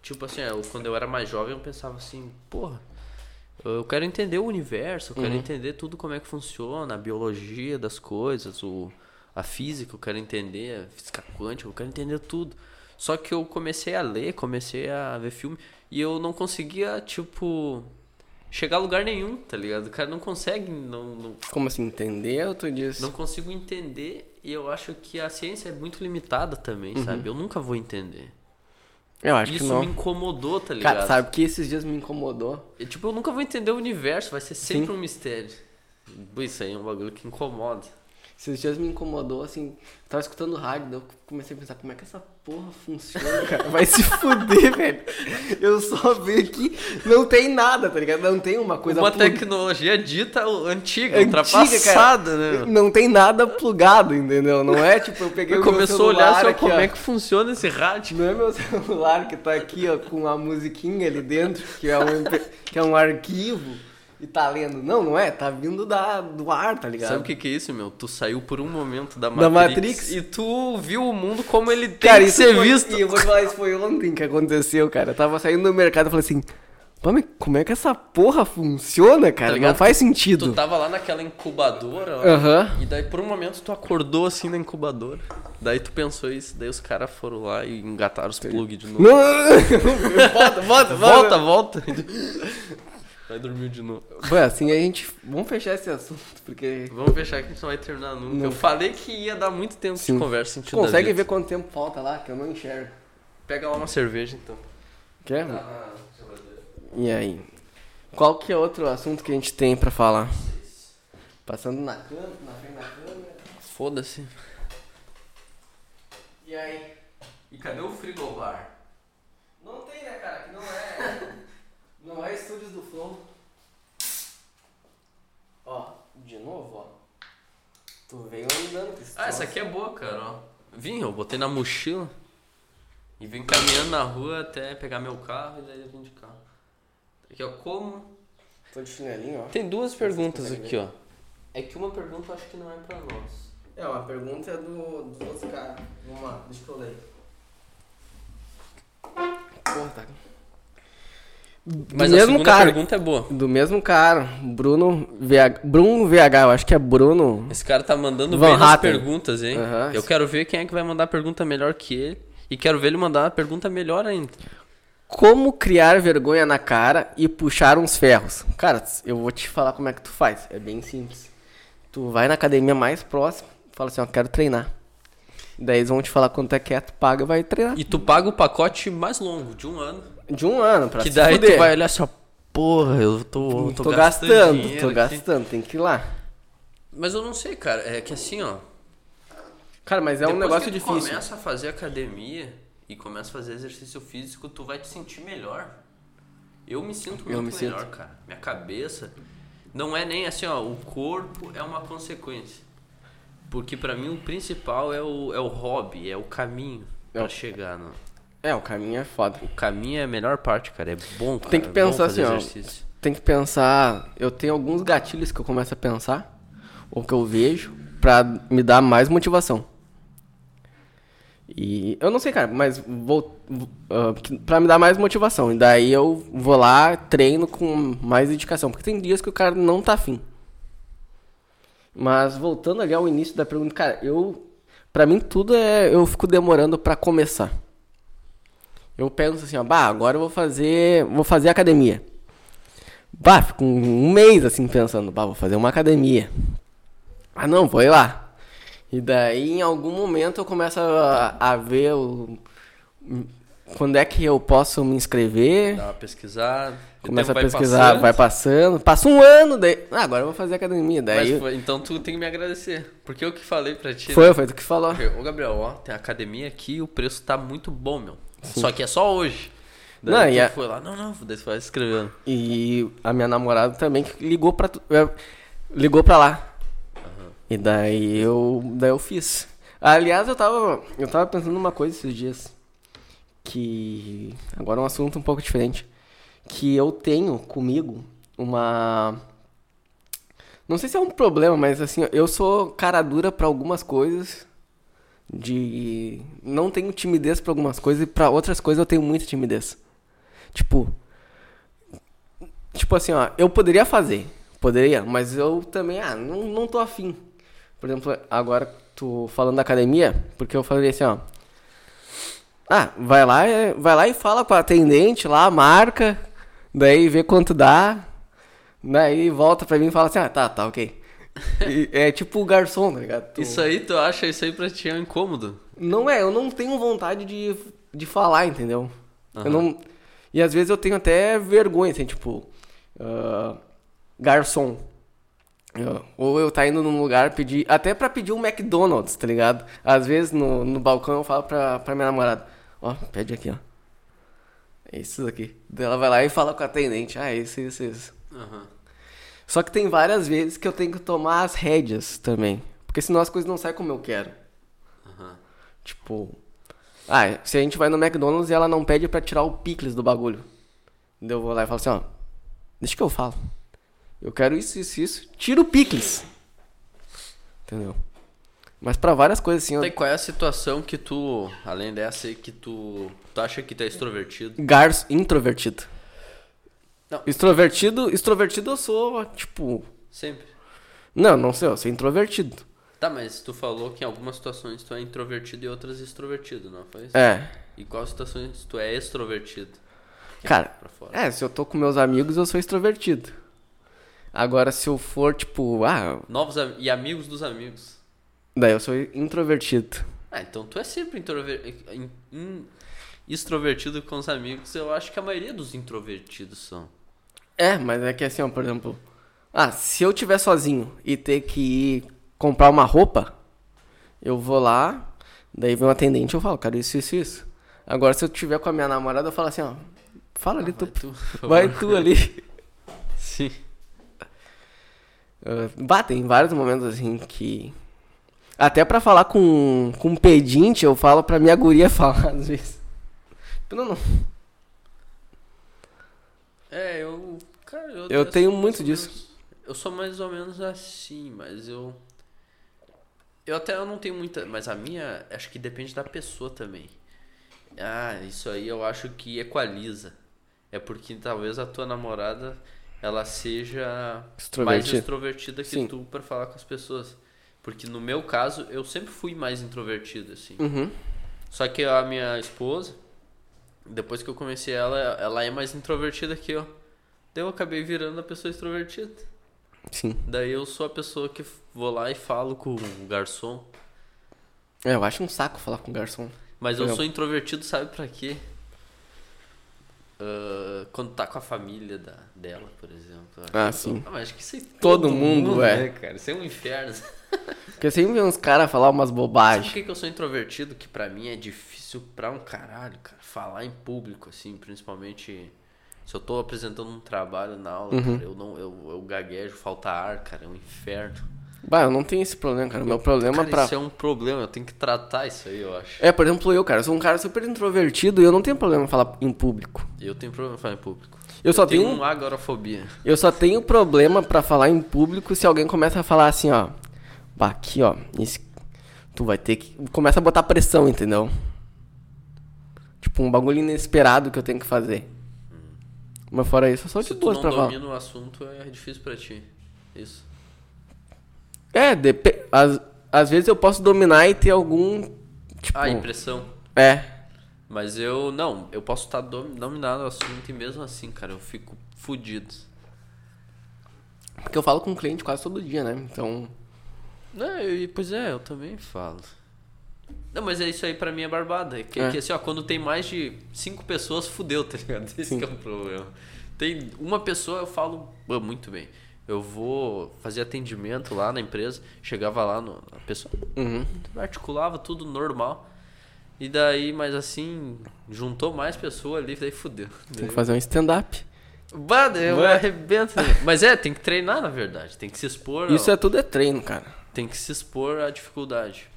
[SPEAKER 1] Tipo assim, eu, quando eu era mais jovem, eu pensava assim, porra, eu quero entender o universo, eu
[SPEAKER 2] Uhum.
[SPEAKER 1] quero entender tudo como é que funciona, a biologia das coisas, o, a física, eu quero entender, a física quântica, eu quero entender tudo. Só que eu comecei a ler, comecei a ver filme, e eu não conseguia, tipo, chegar a lugar nenhum, tá ligado? O cara não consegue, não, não,
[SPEAKER 2] como assim entender, eu tu disse.
[SPEAKER 1] não consigo entender, e eu acho que a ciência é muito limitada também, sabe? Eu nunca vou entender.
[SPEAKER 2] eu Uhum. acho que
[SPEAKER 1] Isso
[SPEAKER 2] não.
[SPEAKER 1] me incomodou, tá ligado?
[SPEAKER 2] Cara, sabe que esses dias me incomodou?
[SPEAKER 1] E, tipo, eu nunca vou entender o universo, vai ser sempre
[SPEAKER 2] Sim.
[SPEAKER 1] um mistério. Pô, Isso aí é um bagulho que incomoda.
[SPEAKER 2] Esses dias me incomodou, assim, eu tava escutando rádio, daí eu comecei a pensar, como é que essa porra funciona, cara? Vai se fuder, velho. Eu só vi que não tem nada, tá ligado? Não tem uma coisa
[SPEAKER 1] Uma
[SPEAKER 2] plug-
[SPEAKER 1] tecnologia dita antiga,
[SPEAKER 2] É Antiga,
[SPEAKER 1] ultrapassada, né? meu?
[SPEAKER 2] Não tem nada plugado, entendeu? Não é tipo, eu peguei o meu
[SPEAKER 1] Começou a olhar
[SPEAKER 2] celular
[SPEAKER 1] só
[SPEAKER 2] aqui,
[SPEAKER 1] como
[SPEAKER 2] ó.
[SPEAKER 1] é que funciona esse rádio.
[SPEAKER 2] Não é meu celular que tá aqui, ó, com a musiquinha ali dentro, que é um, MP que é um arquivo e tá lendo. Não, não é? Tá vindo da, do ar, tá ligado?
[SPEAKER 1] Sabe o que, que é isso, meu? Tu saiu por um momento da Matrix,
[SPEAKER 2] Da Matrix.
[SPEAKER 1] e tu viu o mundo como ele tem
[SPEAKER 2] Cara,
[SPEAKER 1] que
[SPEAKER 2] isso
[SPEAKER 1] ser
[SPEAKER 2] foi,
[SPEAKER 1] visto.
[SPEAKER 2] E eu vou te falar, isso foi ontem que aconteceu, cara. Eu tava saindo do mercado e falei assim, "Pô, mas como é que essa porra funciona,
[SPEAKER 1] Tá
[SPEAKER 2] cara? não
[SPEAKER 1] ligado?
[SPEAKER 2] faz
[SPEAKER 1] Tu tá-
[SPEAKER 2] sentido.
[SPEAKER 1] tava lá naquela incubadora, ó,
[SPEAKER 2] Aham.
[SPEAKER 1] e daí por um momento tu acordou assim na incubadora. Daí tu pensou isso, daí os caras foram lá e engataram os plugs de novo.
[SPEAKER 2] Não,
[SPEAKER 1] Uhum.
[SPEAKER 2] não, não. volta, volta,
[SPEAKER 1] Volta, volta. Vai dormir de novo.
[SPEAKER 2] Foi assim, a gente... Vamos fechar esse assunto, porque...
[SPEAKER 1] Vamos fechar que a gente não vai terminar nunca.
[SPEAKER 2] Não.
[SPEAKER 1] Eu falei que ia dar muito tempo
[SPEAKER 2] Sim.
[SPEAKER 1] de conversa. sentido da
[SPEAKER 2] Consegue
[SPEAKER 1] vida.
[SPEAKER 2] ver quanto tempo falta lá, que eu não enxergo. Tá.
[SPEAKER 1] Pega lá uma cerveja então.
[SPEAKER 2] Quer?
[SPEAKER 1] Ah,
[SPEAKER 2] E aí? Qual que é outro assunto que a gente tem pra falar? Passando na câmera, na frente da câmera.
[SPEAKER 1] Foda-se.
[SPEAKER 2] E aí?
[SPEAKER 1] E cadê o frigobar?
[SPEAKER 2] Não tem, né, cara? Que não é. não é estúdios do Flow. Ó, de novo, ó. Tu veio andando com esse
[SPEAKER 1] Ah, essa aqui é boa, cara, ó. Vim, eu botei na mochila e vim caminhando na rua até pegar meu carro e daí eu vim de carro. Aqui, ó, como?
[SPEAKER 2] troço. Tô de chinelinho, ó.
[SPEAKER 1] Tem duas perguntas
[SPEAKER 2] consegue
[SPEAKER 1] aqui, ó. É que uma pergunta eu acho que não é pra nós.
[SPEAKER 2] É, uma pergunta é do, do outro cara. Vamos lá, deixa eu ler. Porra, tá. Do
[SPEAKER 1] Mas a segunda pergunta é boa.
[SPEAKER 2] Do mesmo cara, Bruno VH. Bruno VH, eu acho que é Bruno.
[SPEAKER 1] Esse cara tá mandando
[SPEAKER 2] Van
[SPEAKER 1] bem nas
[SPEAKER 2] Hatten.
[SPEAKER 1] perguntas, hein?
[SPEAKER 2] Aham.
[SPEAKER 1] Eu quero ver quem é que vai mandar a pergunta melhor que ele. E quero ver ele mandar uma pergunta melhor ainda.
[SPEAKER 2] Como criar vergonha na cara e puxar uns ferros? Cara, eu vou te falar como é que tu faz. É bem simples. Tu vai na academia mais próxima, fala assim, ó, quero treinar. Daí eles vão te falar quanto é que é, tu paga e vai treinar.
[SPEAKER 1] E tu paga o pacote mais longo, de um ano.
[SPEAKER 2] De um ano pra
[SPEAKER 1] que
[SPEAKER 2] se
[SPEAKER 1] daí
[SPEAKER 2] fuder.
[SPEAKER 1] tu vai olhar assim, ó, porra, eu tô, eu
[SPEAKER 2] Tô, gastando,
[SPEAKER 1] dinheiro
[SPEAKER 2] tô
[SPEAKER 1] aqui."
[SPEAKER 2] gastando, tem que ir lá.
[SPEAKER 1] Mas eu não sei, cara, é que assim, ó.
[SPEAKER 2] Cara, mas é um
[SPEAKER 1] depois
[SPEAKER 2] negócio
[SPEAKER 1] que tu
[SPEAKER 2] difícil.
[SPEAKER 1] começa a fazer academia e começa a fazer exercício físico, tu vai te sentir melhor. Eu me sinto muito
[SPEAKER 2] Eu me
[SPEAKER 1] melhor, cara. Minha cabeça não é nem assim, ó, o corpo é uma consequência. Porque pra mim o principal é o, é o hobby, é o caminho pra
[SPEAKER 2] É o-
[SPEAKER 1] chegar, no.
[SPEAKER 2] É, o caminho é foda.
[SPEAKER 1] O caminho é a melhor parte, cara. É bom, cara.
[SPEAKER 2] Tem que
[SPEAKER 1] é bom
[SPEAKER 2] pensar
[SPEAKER 1] fazer
[SPEAKER 2] assim, ó.
[SPEAKER 1] exercício.
[SPEAKER 2] Tem que pensar. Eu tenho alguns gatilhos que eu começo a pensar, ou que eu vejo, pra me dar mais motivação. E eu não sei, cara, mas vou. vou- ah, que- pra me dar mais motivação. E daí eu vou lá, treino com mais dedicação. Porque tem dias que o cara não tá afim. Mas voltando ali ao início da pergunta, cara, eu. Pra mim tudo é. Eu fico demorando pra começar. Eu penso assim, ó, bah, agora eu vou fazer. Vou fazer academia. Bah, fico um um mês assim pensando, bah, vou fazer uma academia. Ah não, vou ir lá. E daí em algum momento eu começo a, a ver o. Quando é que eu posso me inscrever?
[SPEAKER 1] Dá uma pesquisada. o
[SPEAKER 2] Começa a
[SPEAKER 1] tempo vai
[SPEAKER 2] pesquisar,
[SPEAKER 1] passando.
[SPEAKER 2] vai passando. Passa um ano, daí. Ah, agora eu vou fazer academia.
[SPEAKER 1] Mas
[SPEAKER 2] Daí.
[SPEAKER 1] foi- então tu tem que me agradecer. Porque eu que falei pra ti.
[SPEAKER 2] Foi, foi tu que falou.
[SPEAKER 1] né? Ô Gabriel, ó, tem academia aqui e o preço tá muito bom, meu. Só que é só hoje. Daí
[SPEAKER 2] Não,
[SPEAKER 1] tu
[SPEAKER 2] e é- a-
[SPEAKER 1] foi lá, não, não, daí tu vai escrevendo.
[SPEAKER 2] E a minha namorada também que ligou pra, tu- eh, ligou pra lá. E daí eu, daí eu fiz. Aliás, eu tava, eu tava pensando numa coisa esses dias. Que. Agora é um assunto um pouco diferente. Que eu tenho comigo uma. Não sei se é um problema, mas assim, eu sou cara dura pra algumas coisas. De. Não tenho timidez pra algumas coisas e pra outras coisas eu tenho muita timidez. Tipo, Tipo assim, ó, eu poderia fazer. Poderia, mas eu também, ah, não, não tô afim. Por exemplo, agora tu falando da academia, porque eu falei assim, ó. Ah, vai lá, é, vai lá e fala com a atendente lá, marca, daí vê quanto dá, daí volta pra mim e fala assim, ah, tá, tá, ok. E é tipo o garçom, tá ligado? Tu-
[SPEAKER 1] Isso aí, tu acha isso aí pra ti é um incômodo?
[SPEAKER 2] não é, eu não tenho vontade de, de falar, entendeu? Eu
[SPEAKER 1] Aham.
[SPEAKER 2] não, e às vezes eu tenho até vergonha, assim, tipo, ah, garçom. Eu- ou eu tá indo num lugar pedir. Até pra pedir um McDonald's, tá ligado? Às vezes no, no balcão eu falo pra, pra minha namorada: Ó, pede aqui, ó. É isso daqui. Daí ela vai lá e fala com a atendente: Ah, isso, isso, isso.
[SPEAKER 1] Aham.
[SPEAKER 2] Só que tem várias vezes que eu tenho que tomar as rédeas também. Porque senão as coisas não saem como eu quero.
[SPEAKER 1] Aham.
[SPEAKER 2] Tipo. Ah, se a gente vai no McDonald's e ela não pede pra tirar o picles do bagulho. Daí eu vou lá e falo assim, ó. Deixa que eu falo. Eu quero isso, isso, isso. Tira o picles. Entendeu? Mas pra várias coisas assim, ó.
[SPEAKER 1] Tá, e qual é a situação que tu, além dessa aí, que tu, tu acha que tu é extrovertido?
[SPEAKER 2] Garço introvertido.
[SPEAKER 1] Não.
[SPEAKER 2] Extrovertido, extrovertido eu sou, tipo.
[SPEAKER 1] Sempre.
[SPEAKER 2] Não, não sei, eu sou introvertido.
[SPEAKER 1] Tá, mas tu falou que em algumas situações tu é introvertido e outras extrovertido, não foi isso?
[SPEAKER 2] É.
[SPEAKER 1] E quais situações tu é extrovertido?
[SPEAKER 2] Cara,
[SPEAKER 1] Pra fora.
[SPEAKER 2] é, se eu tô com meus amigos, eu sou extrovertido. Agora, se eu for, tipo, ah,
[SPEAKER 1] Novos am- e amigos dos amigos.
[SPEAKER 2] Daí eu sou introvertido.
[SPEAKER 1] Ah, então tu é sempre introver... in- in- extrovertido com os amigos. Eu acho que a maioria dos introvertidos são.
[SPEAKER 2] É, mas é que assim, ó, por exemplo. Ah, se eu tiver sozinho e ter que ir comprar uma roupa, eu vou lá, daí vem um atendente e eu falo, cara, isso, isso, isso. Agora, se eu tiver com a minha namorada, eu falo assim, ó, fala ali, tu,
[SPEAKER 1] Vai Ah, tu, por favor.
[SPEAKER 2] Ah, vai tu ali.
[SPEAKER 1] Sim.
[SPEAKER 2] Ah, Bah, tem vários momentos assim que. Até pra falar com, com um pedinte, eu falo pra minha guria falar, às vezes. Tipo, não, não.
[SPEAKER 1] É, eu. Cara, eu,
[SPEAKER 2] Eu tenho
[SPEAKER 1] sou
[SPEAKER 2] muito
[SPEAKER 1] mais ou
[SPEAKER 2] disso.
[SPEAKER 1] menos- eu sou mais ou menos assim, mas eu. Eu até eu não tenho muita. Mas a minha, acho que depende da pessoa também. Ah, isso aí eu acho que equaliza. É porque talvez a tua namorada ela seja mais
[SPEAKER 2] Extrovertida.
[SPEAKER 1] extrovertida que
[SPEAKER 2] Sim.
[SPEAKER 1] tu pra falar com as pessoas. Porque no meu caso, eu sempre fui mais introvertido, assim.
[SPEAKER 2] Uhum.
[SPEAKER 1] Só que a minha esposa, depois que eu comecei ela, ela é mais introvertida que eu. Daí eu acabei virando a pessoa extrovertida.
[SPEAKER 2] Sim.
[SPEAKER 1] Daí eu sou a pessoa que f- vou lá e falo com o garçom.
[SPEAKER 2] É, eu acho um saco falar com garçom.
[SPEAKER 1] Mas eu
[SPEAKER 2] Legal.
[SPEAKER 1] sou introvertido, sabe pra quê? Ah, quando tá com a família da, dela, por exemplo. eu acho
[SPEAKER 2] Ah,
[SPEAKER 1] que eu-
[SPEAKER 2] sim.
[SPEAKER 1] Ah, mas acho que isso é todo,
[SPEAKER 2] mundo é.
[SPEAKER 1] né, cara? Isso é um inferno.
[SPEAKER 2] Porque sempre vem uns caras falar umas
[SPEAKER 1] Sabe por
[SPEAKER 2] bobagens.
[SPEAKER 1] que, que eu sou introvertido? Que pra mim é difícil pra um caralho, cara. Falar em público, assim, principalmente se eu tô apresentando um trabalho na aula,
[SPEAKER 2] Uhum.
[SPEAKER 1] cara, eu não, eu, eu gaguejo, falta ar, cara, é um inferno.
[SPEAKER 2] Bah, eu não tenho esse problema, cara. Meu problema
[SPEAKER 1] Cara,
[SPEAKER 2] pra.
[SPEAKER 1] isso é um problema, eu tenho que tratar isso aí, eu acho.
[SPEAKER 2] É, por exemplo, eu, cara, eu sou um cara super introvertido e eu não tenho problema em falar em público.
[SPEAKER 1] Eu tenho problema em falar em público.
[SPEAKER 2] Eu só tenho, um
[SPEAKER 1] uma agorafobia.
[SPEAKER 2] eu só tenho problema pra falar em público se alguém começa a falar assim, ó, bah, aqui, ó, esse- tu vai ter que começa a botar pressão, entendeu? Tipo um bagulho inesperado que eu tenho que fazer. Mas fora isso, eu sou de
[SPEAKER 1] Se tu
[SPEAKER 2] boas
[SPEAKER 1] não
[SPEAKER 2] pra falar.
[SPEAKER 1] domina o assunto, é difícil pra ti. Isso.
[SPEAKER 2] É, depe- às, às vezes eu posso dominar e ter algum tipo
[SPEAKER 1] Ah, impressão.
[SPEAKER 2] é,
[SPEAKER 1] Mas eu, não, eu posso estar dom- dominado o assunto e mesmo assim, cara, eu fico fudido.
[SPEAKER 2] Porque eu falo com o cliente quase todo dia, né? Então.
[SPEAKER 1] Não, eu- pois é, eu também falo. Não, mas é isso aí pra mim é barbada. É Que,
[SPEAKER 2] É.
[SPEAKER 1] que assim, ó, quando tem mais de cinco pessoas, fudeu, tá ligado? Esse
[SPEAKER 2] Sim.
[SPEAKER 1] que é o problema. Tem uma pessoa, eu falo "Pô, muito bem. Eu vou fazer atendimento lá na empresa, chegava lá, no, a pessoa
[SPEAKER 2] Uhum.
[SPEAKER 1] articulava tudo normal. E daí, mas assim, juntou mais pessoas ali, daí fudeu.
[SPEAKER 2] Tem que fazer um stand-up.
[SPEAKER 1] Bada, eu
[SPEAKER 2] Vai.
[SPEAKER 1] arrebento. né? Mas é, tem que treinar, na verdade. Tem que se expor.
[SPEAKER 2] Isso
[SPEAKER 1] ó,
[SPEAKER 2] é tudo é treino, cara.
[SPEAKER 1] Tem que se expor à dificuldade.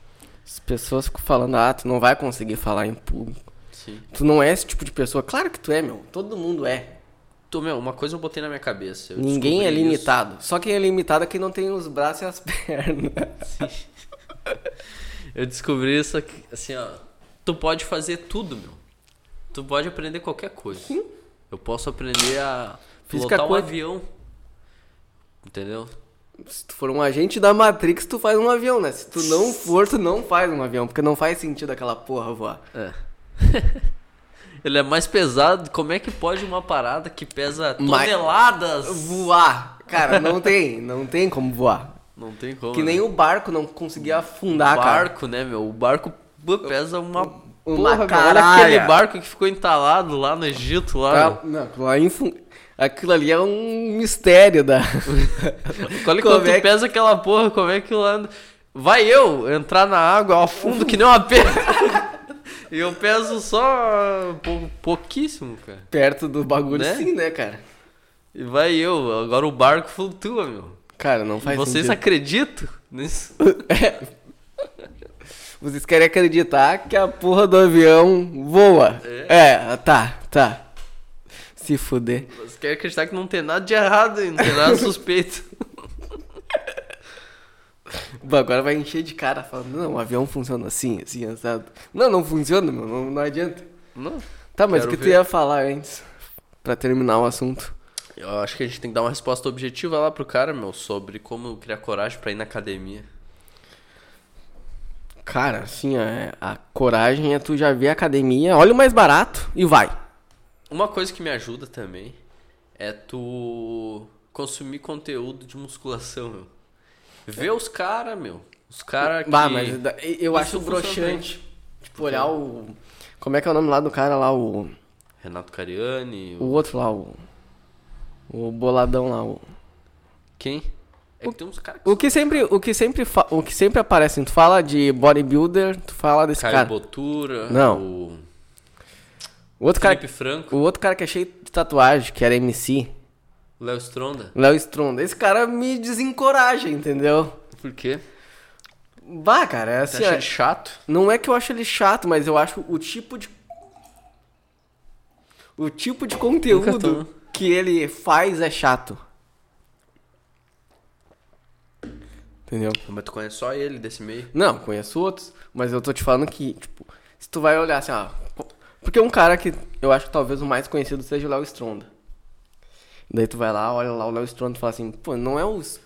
[SPEAKER 2] As pessoas ficam falando, ah, tu não vai conseguir falar em público.
[SPEAKER 1] Sim.
[SPEAKER 2] Tu não é esse tipo de pessoa. Claro que tu é, meu. Todo mundo é.
[SPEAKER 1] Tu, meu, uma coisa eu botei na minha cabeça. eu
[SPEAKER 2] Ninguém é
[SPEAKER 1] descobri
[SPEAKER 2] limitado. Só quem é limitado é quem não tem os braços e as pernas.
[SPEAKER 1] isso. Eu descobri isso aqui, assim, ó. Tu pode fazer tudo, meu. Tu pode aprender qualquer coisa. Eu posso aprender a
[SPEAKER 2] Física
[SPEAKER 1] pilotar um
[SPEAKER 2] quântica.
[SPEAKER 1] avião. Entendeu?
[SPEAKER 2] Se tu for um agente da Matrix, tu faz um avião, né? Se tu não for, tu não faz um avião. Porque não faz sentido aquela porra voar.
[SPEAKER 1] É. Ele é mais pesado. Como é que pode uma parada que pesa
[SPEAKER 2] Mas-
[SPEAKER 1] toneladas?
[SPEAKER 2] Voar. Cara, não tem. Não tem como voar.
[SPEAKER 1] Não tem como.
[SPEAKER 2] Que
[SPEAKER 1] né?
[SPEAKER 2] nem o barco não conseguia afundar,
[SPEAKER 1] o
[SPEAKER 2] cara.
[SPEAKER 1] barco, né, meu? O barco pô, pesa uma
[SPEAKER 2] Uma
[SPEAKER 1] Porra, cara, olha
[SPEAKER 2] caralha.
[SPEAKER 1] aquele barco que ficou entalado lá no Egito, lá.
[SPEAKER 2] Tá- não, aquilo lá em fun- aquilo ali é um mistério da.
[SPEAKER 1] Olha
[SPEAKER 2] Como
[SPEAKER 1] quanto
[SPEAKER 2] é que-
[SPEAKER 1] pesa aquela porra, como é que lá. anda? Vai eu entrar na água ao fundo que nem uma pedra. E eu peso só pou- pouquíssimo, cara.
[SPEAKER 2] Perto do bagulho,
[SPEAKER 1] Né?
[SPEAKER 2] sim, né, cara?
[SPEAKER 1] E vai eu, agora o barco flutua, meu.
[SPEAKER 2] Cara, não
[SPEAKER 1] E
[SPEAKER 2] faz
[SPEAKER 1] vocês
[SPEAKER 2] sentido.
[SPEAKER 1] acreditam nisso?
[SPEAKER 2] É. Vocês querem acreditar que a porra do avião voa. É, tá, tá. Se fuder.
[SPEAKER 1] Vocês querem acreditar que não tem nada de errado e não tem nada suspeito.
[SPEAKER 2] Bom, agora vai encher de cara falando, não, o avião funciona assim, assim, assado. Não, não funciona, meu, não, não adianta.
[SPEAKER 1] Não.
[SPEAKER 2] Tá, mas
[SPEAKER 1] Quero
[SPEAKER 2] o que tu
[SPEAKER 1] ver.
[SPEAKER 2] ia falar antes? Pra terminar o assunto.
[SPEAKER 1] Eu acho que a gente tem que dar uma resposta objetiva lá pro cara, meu, sobre como criar coragem pra ir na academia.
[SPEAKER 2] Cara, assim, é, a coragem é tu já ver a academia, olha o mais barato e vai.
[SPEAKER 1] Uma coisa que me ajuda também é tu consumir conteúdo de musculação, meu. Vê os caras, meu. Os caras que.
[SPEAKER 2] Bah, mas da- eu
[SPEAKER 1] Isso
[SPEAKER 2] acho
[SPEAKER 1] funciona
[SPEAKER 2] broxante. Tipo, olhar o. Como é que é o nome lá do cara lá? O,
[SPEAKER 1] Renato Cariani.
[SPEAKER 2] o
[SPEAKER 1] O...
[SPEAKER 2] outro lá, o. O boladão lá, o.
[SPEAKER 1] Quem? É que tem uns caras que
[SPEAKER 2] O que sempre, o que sempre, fa- o que sempre aparece, tu fala de bodybuilder, tu fala desse
[SPEAKER 1] Caio
[SPEAKER 2] cara.
[SPEAKER 1] Botura.
[SPEAKER 2] Não.
[SPEAKER 1] O
[SPEAKER 2] O outro cara,
[SPEAKER 1] Felipe Franco.
[SPEAKER 2] o outro cara que é cheio de tatuagem, que era MC,
[SPEAKER 1] O Léo Stronda.
[SPEAKER 2] Léo Stronda. Esse cara me desencoraja, entendeu?
[SPEAKER 1] Por quê?
[SPEAKER 2] Bah, cara, é
[SPEAKER 1] Você
[SPEAKER 2] assim,
[SPEAKER 1] acha
[SPEAKER 2] ó,
[SPEAKER 1] ele chato?
[SPEAKER 2] não é que eu acho ele chato, mas eu acho o tipo de o tipo de
[SPEAKER 1] Nunca tô.
[SPEAKER 2] conteúdo que ele faz é chato. Entendeu?
[SPEAKER 1] Mas tu conhece só ele desse meio.
[SPEAKER 2] Não, conheço outros, mas eu tô te falando que, tipo, se tu vai olhar assim, ó. pô- Porque um cara que eu acho que talvez o mais conhecido seja o Léo Stronda. Daí tu vai lá, olha lá o Léo Stronda e fala assim, pô, não é os.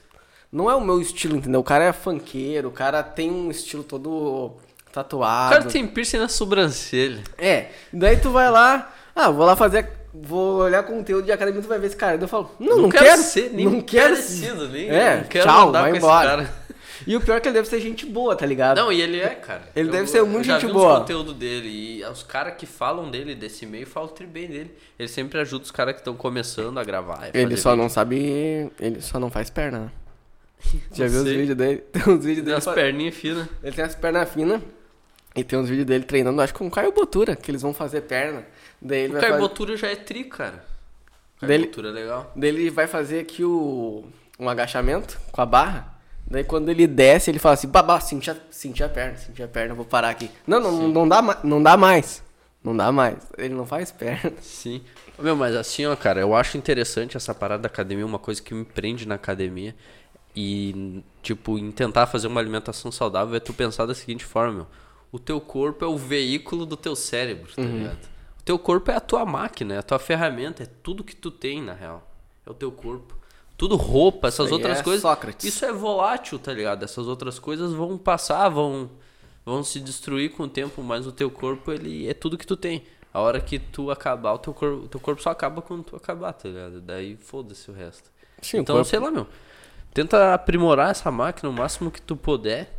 [SPEAKER 2] Não é o meu estilo, entendeu? O cara é funkeiro, o cara tem um estilo todo
[SPEAKER 1] O
[SPEAKER 2] tatuado.
[SPEAKER 1] cara tem piercing na sobrancelha.
[SPEAKER 2] É, daí tu vai lá, ah, vou lá fazer, vou olhar conteúdo de academia, tu vai ver esse cara. Daí eu falo, não, não, quero,
[SPEAKER 1] ser nem
[SPEAKER 2] não quero
[SPEAKER 1] parecido, nem.
[SPEAKER 2] É,
[SPEAKER 1] não quero
[SPEAKER 2] tchau,
[SPEAKER 1] andar
[SPEAKER 2] vai
[SPEAKER 1] com
[SPEAKER 2] embora.
[SPEAKER 1] esse cara.
[SPEAKER 2] E o pior é que ele deve ser gente boa, tá ligado?
[SPEAKER 1] Não, e ele é, cara.
[SPEAKER 2] Ele deve ser muito
[SPEAKER 1] eu já
[SPEAKER 2] gente
[SPEAKER 1] vi
[SPEAKER 2] boa.
[SPEAKER 1] Os conteúdo dele e os caras que falam dele desse meio falam tri bem dele. Ele sempre ajuda os caras que estão começando a gravar. a
[SPEAKER 2] Ele
[SPEAKER 1] fazer
[SPEAKER 2] só
[SPEAKER 1] vídeo.
[SPEAKER 2] não sabe. Ele só não faz perna. né? Já
[SPEAKER 1] Não
[SPEAKER 2] viu os
[SPEAKER 1] sei.
[SPEAKER 2] vídeos dele? Tem uns vídeos
[SPEAKER 1] Tem
[SPEAKER 2] dele.
[SPEAKER 1] as
[SPEAKER 2] fa-
[SPEAKER 1] perninhas finas.
[SPEAKER 2] Ele tem as pernas finas. E tem uns vídeos dele treinando, acho que com o Caio Botura, que eles vão fazer perna. Daí ele,
[SPEAKER 1] O
[SPEAKER 2] vai
[SPEAKER 1] Caio
[SPEAKER 2] fazer,
[SPEAKER 1] Botura já é tri, cara. O Caio
[SPEAKER 2] Dele-
[SPEAKER 1] Botura é legal.
[SPEAKER 2] daí ele vai fazer aqui o. um agachamento com a barra. Daí quando ele desce, ele fala assim, babá, senti a, senti a perna, senti a perna, vou parar aqui. Não, não, não, dá, ma- não dá mais. Não dá mais. Ele não faz perna.
[SPEAKER 1] Sim. Ô, Meu, mas assim, ó, cara, eu acho interessante essa parada da academia, uma coisa que me prende na academia. E, tipo, em tentar fazer uma alimentação saudável é tu pensar da seguinte forma, meu. O teu corpo é o veículo do teu cérebro, tá
[SPEAKER 2] Uhum.
[SPEAKER 1] ligado? O teu corpo é a tua máquina, é a tua ferramenta, é tudo que tu tem, na real. É o teu corpo. Tudo roupa, essas
[SPEAKER 2] aí
[SPEAKER 1] outras
[SPEAKER 2] é
[SPEAKER 1] coisas.
[SPEAKER 2] Sócrates.
[SPEAKER 1] Isso é volátil, tá ligado? Essas outras coisas vão passar, vão, vão se destruir com o tempo, mas o teu corpo, ele é tudo que tu tem. A hora que tu acabar, o teu corpo, teu corpo só acaba quando tu acabar, tá ligado? Daí foda-se o resto.
[SPEAKER 2] Sim, o
[SPEAKER 1] então,
[SPEAKER 2] corpo-
[SPEAKER 1] sei lá, meu. Tenta aprimorar essa máquina o máximo que tu puder.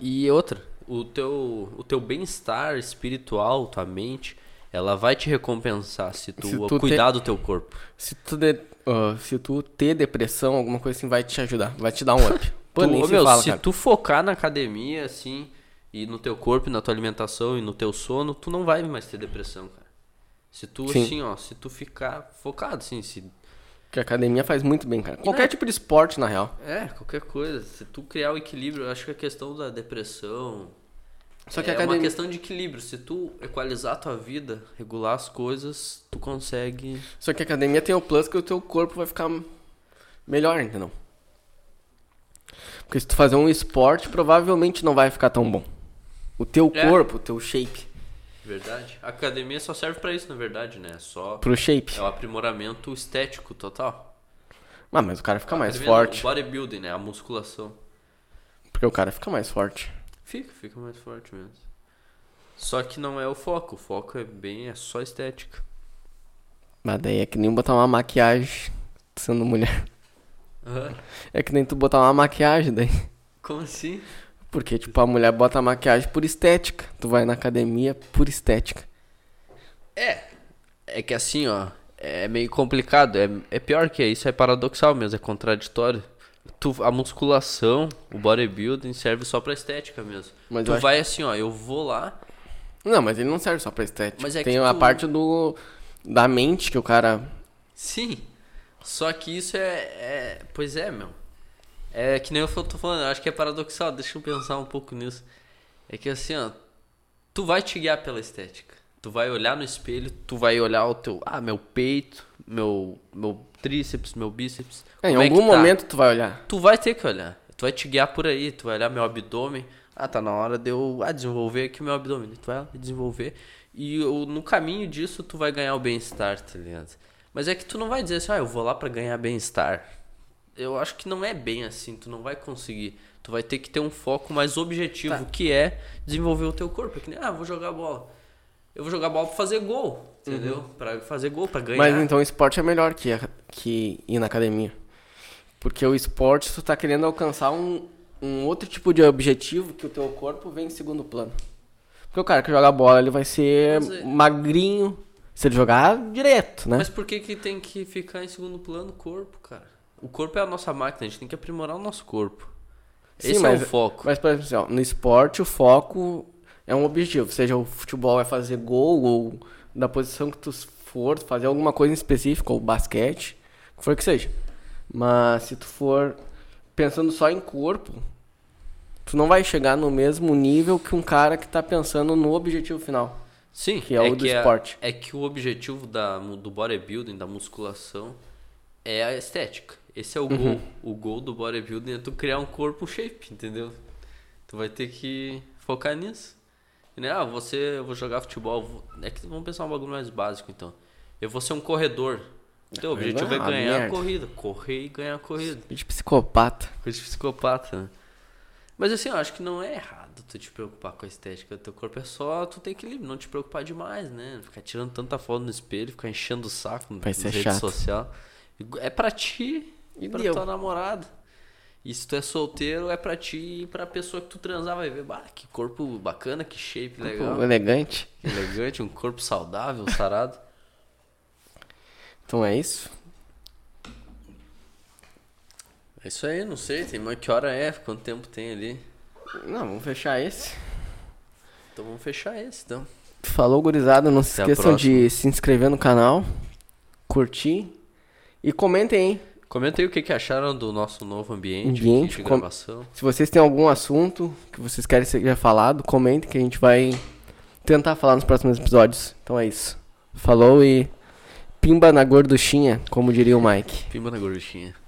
[SPEAKER 1] E outra, o teu, o teu bem-estar espiritual, tua mente, ela vai te recompensar se tu,
[SPEAKER 2] Se tu
[SPEAKER 1] cuidar do teu corpo.
[SPEAKER 2] Se tu, de, ah, se tu ter depressão, alguma coisa assim, vai te ajudar, vai te dar um up. Pô,
[SPEAKER 1] Tu-
[SPEAKER 2] nem
[SPEAKER 1] ô,
[SPEAKER 2] se
[SPEAKER 1] meu,
[SPEAKER 2] fala,
[SPEAKER 1] se
[SPEAKER 2] cara.
[SPEAKER 1] tu focar na academia, assim, e no teu corpo, e na tua alimentação, e no teu sono, tu não vai mais ter depressão, cara. Se tu,
[SPEAKER 2] Sim.
[SPEAKER 1] assim, ó, se tu ficar focado, assim, se...
[SPEAKER 2] Que a academia faz muito bem, cara. Qualquer tipo de esporte, na real.
[SPEAKER 1] É, qualquer coisa, se tu criar o equilíbrio, eu acho que a questão da depressão...
[SPEAKER 2] Só que
[SPEAKER 1] é
[SPEAKER 2] a academia.
[SPEAKER 1] uma questão de equilíbrio, se tu equalizar a tua vida, regular as coisas, tu consegue...
[SPEAKER 2] Só que a academia tem o plus que o teu corpo vai ficar melhor, entendeu? Porque se tu fazer um esporte, provavelmente não vai ficar tão bom. O teu
[SPEAKER 1] É.
[SPEAKER 2] corpo, o teu shape.
[SPEAKER 1] Verdade? A academia só serve pra isso, na verdade, né? Só...
[SPEAKER 2] Pro shape.
[SPEAKER 1] É o aprimoramento estético total.
[SPEAKER 2] Ah, mas o cara fica mais
[SPEAKER 1] Academia não,
[SPEAKER 2] forte.
[SPEAKER 1] O bodybuilding, né? A musculação.
[SPEAKER 2] Porque o cara fica mais forte.
[SPEAKER 1] Fica, fica mais forte mesmo. Só que não é o foco. O foco é bem, é só estética.
[SPEAKER 2] Mas daí é que nem botar uma maquiagem sendo mulher. É que nem tu botar uma maquiagem daí.
[SPEAKER 1] Como assim?
[SPEAKER 2] Porque, tipo, a mulher bota maquiagem por estética. Tu vai na academia por estética.
[SPEAKER 1] É. É que assim, ó, é meio complicado. É, é pior que isso, é paradoxal mesmo, é contraditório. Tu, a musculação, o bodybuilding serve só pra estética mesmo.
[SPEAKER 2] Mas eu
[SPEAKER 1] tu
[SPEAKER 2] acho
[SPEAKER 1] vai assim, ó, eu vou lá.
[SPEAKER 2] Não, mas ele não serve só pra estética.
[SPEAKER 1] Mas é
[SPEAKER 2] Tem
[SPEAKER 1] que
[SPEAKER 2] a
[SPEAKER 1] tu-
[SPEAKER 2] parte do da mente que o cara.
[SPEAKER 1] Sim. Só que isso é. é- pois é, meu. É que nem eu tô falando, eu acho que é paradoxal, deixa eu pensar um pouco nisso. É que assim, ó, tu vai te guiar pela estética. Tu vai olhar no espelho, tu vai olhar o teu. Ah, meu peito, meu, meu tríceps, meu bíceps.
[SPEAKER 2] É, em
[SPEAKER 1] como é que
[SPEAKER 2] algum
[SPEAKER 1] tá?
[SPEAKER 2] momento tu vai olhar.
[SPEAKER 1] Tu vai ter que olhar. Tu vai te guiar por aí. Tu vai olhar meu abdômen. Ah, tá na hora de eu ah, desenvolver aqui o meu abdômen. Tu vai desenvolver. E eu- no caminho disso, tu vai ganhar o bem-estar, tá ligado? Mas é que tu não vai dizer assim, ah, eu vou lá pra ganhar bem-estar. Eu acho que não é bem assim. Tu não vai conseguir. Tu vai ter que ter um foco mais objetivo, que é desenvolver o teu corpo. É que nem, ah, vou jogar bola. Eu vou jogar bola pra fazer gol, entendeu? Pra fazer gol, pra ganhar.
[SPEAKER 2] Mas então o esporte é melhor que, a- que ir na academia. Porque o esporte tu tá querendo alcançar um, um outro tipo de objetivo que o teu corpo vem em segundo plano. Porque o cara que joga bola, ele vai ser
[SPEAKER 1] Mas é-
[SPEAKER 2] magrinho. Se ele jogar direto, né?
[SPEAKER 1] Mas por que, que tem que ficar em segundo plano o corpo, cara? O corpo é a nossa máquina, a gente tem que aprimorar o nosso corpo.
[SPEAKER 2] Sim,
[SPEAKER 1] Esse
[SPEAKER 2] mas-
[SPEAKER 1] é o foco.
[SPEAKER 2] Mas, por exemplo, assim, ó, no esporte o foco é um objetivo. Seja o futebol é fazer gol ou da posição que tu for, fazer alguma coisa em específico, ou basquete, o que for que seja. Mas se tu for pensando só em corpo, tu não vai chegar no mesmo nível que um cara que tá pensando no objetivo final.
[SPEAKER 1] Sim,
[SPEAKER 2] que é o do
[SPEAKER 1] que
[SPEAKER 2] esporte.
[SPEAKER 1] É que o objetivo da, do bodybuilding, da musculação, é a estética. Esse é
[SPEAKER 2] Uhum.
[SPEAKER 1] o gol. O gol do bodybuilding é tu criar um corpo shape, entendeu? Tu vai ter que focar nisso. E, Né? Ah, você, eu vou jogar futebol. vou- É que vamos pensar um bagulho mais básico então. Eu vou ser um corredor. Teu
[SPEAKER 2] Correr
[SPEAKER 1] objetivo é
[SPEAKER 2] não, a
[SPEAKER 1] ganhar a
[SPEAKER 2] merda.
[SPEAKER 1] corrida. Correr e ganhar a corrida.
[SPEAKER 2] De psicopata.
[SPEAKER 1] Coisa de psicopata, né? Mas assim, eu acho que não é errado tu te preocupar com a estética do teu corpo. É só tu ter equilíbrio, não te preocupar demais, né? Ficar tirando tanta foto no espelho, ficar enchendo o saco
[SPEAKER 2] Vai ser
[SPEAKER 1] na rede
[SPEAKER 2] chato.
[SPEAKER 1] social. É pra ti
[SPEAKER 2] E
[SPEAKER 1] e pra
[SPEAKER 2] deu.
[SPEAKER 1] tua namorada. E se tu é solteiro, é pra ti e pra pessoa que tu transar vai ver. Bah, que corpo bacana, que shape legal.
[SPEAKER 2] Pô, Elegante.
[SPEAKER 1] que Elegante, um corpo saudável, sarado.
[SPEAKER 2] Então é isso.
[SPEAKER 1] É isso aí, não sei, tem mais que hora é, quanto tempo tem ali.
[SPEAKER 2] Não, vamos fechar esse.
[SPEAKER 1] Então vamos fechar esse, então.
[SPEAKER 2] Falou, gurizada. Não se
[SPEAKER 1] Até a
[SPEAKER 2] esqueçam de se inscrever no canal, curtir e comentem, hein?
[SPEAKER 1] Comenta aí o que, que acharam do nosso novo ambiente,
[SPEAKER 2] Ambiente,
[SPEAKER 1] aqui de
[SPEAKER 2] com-
[SPEAKER 1] gravação.
[SPEAKER 2] Se vocês têm algum assunto que vocês querem seja falado, comentem que a gente vai tentar falar nos próximos episódios. Então é isso. Falou e pimba na gorduchinha, como diria o Mike.
[SPEAKER 1] Pimba na gorduchinha.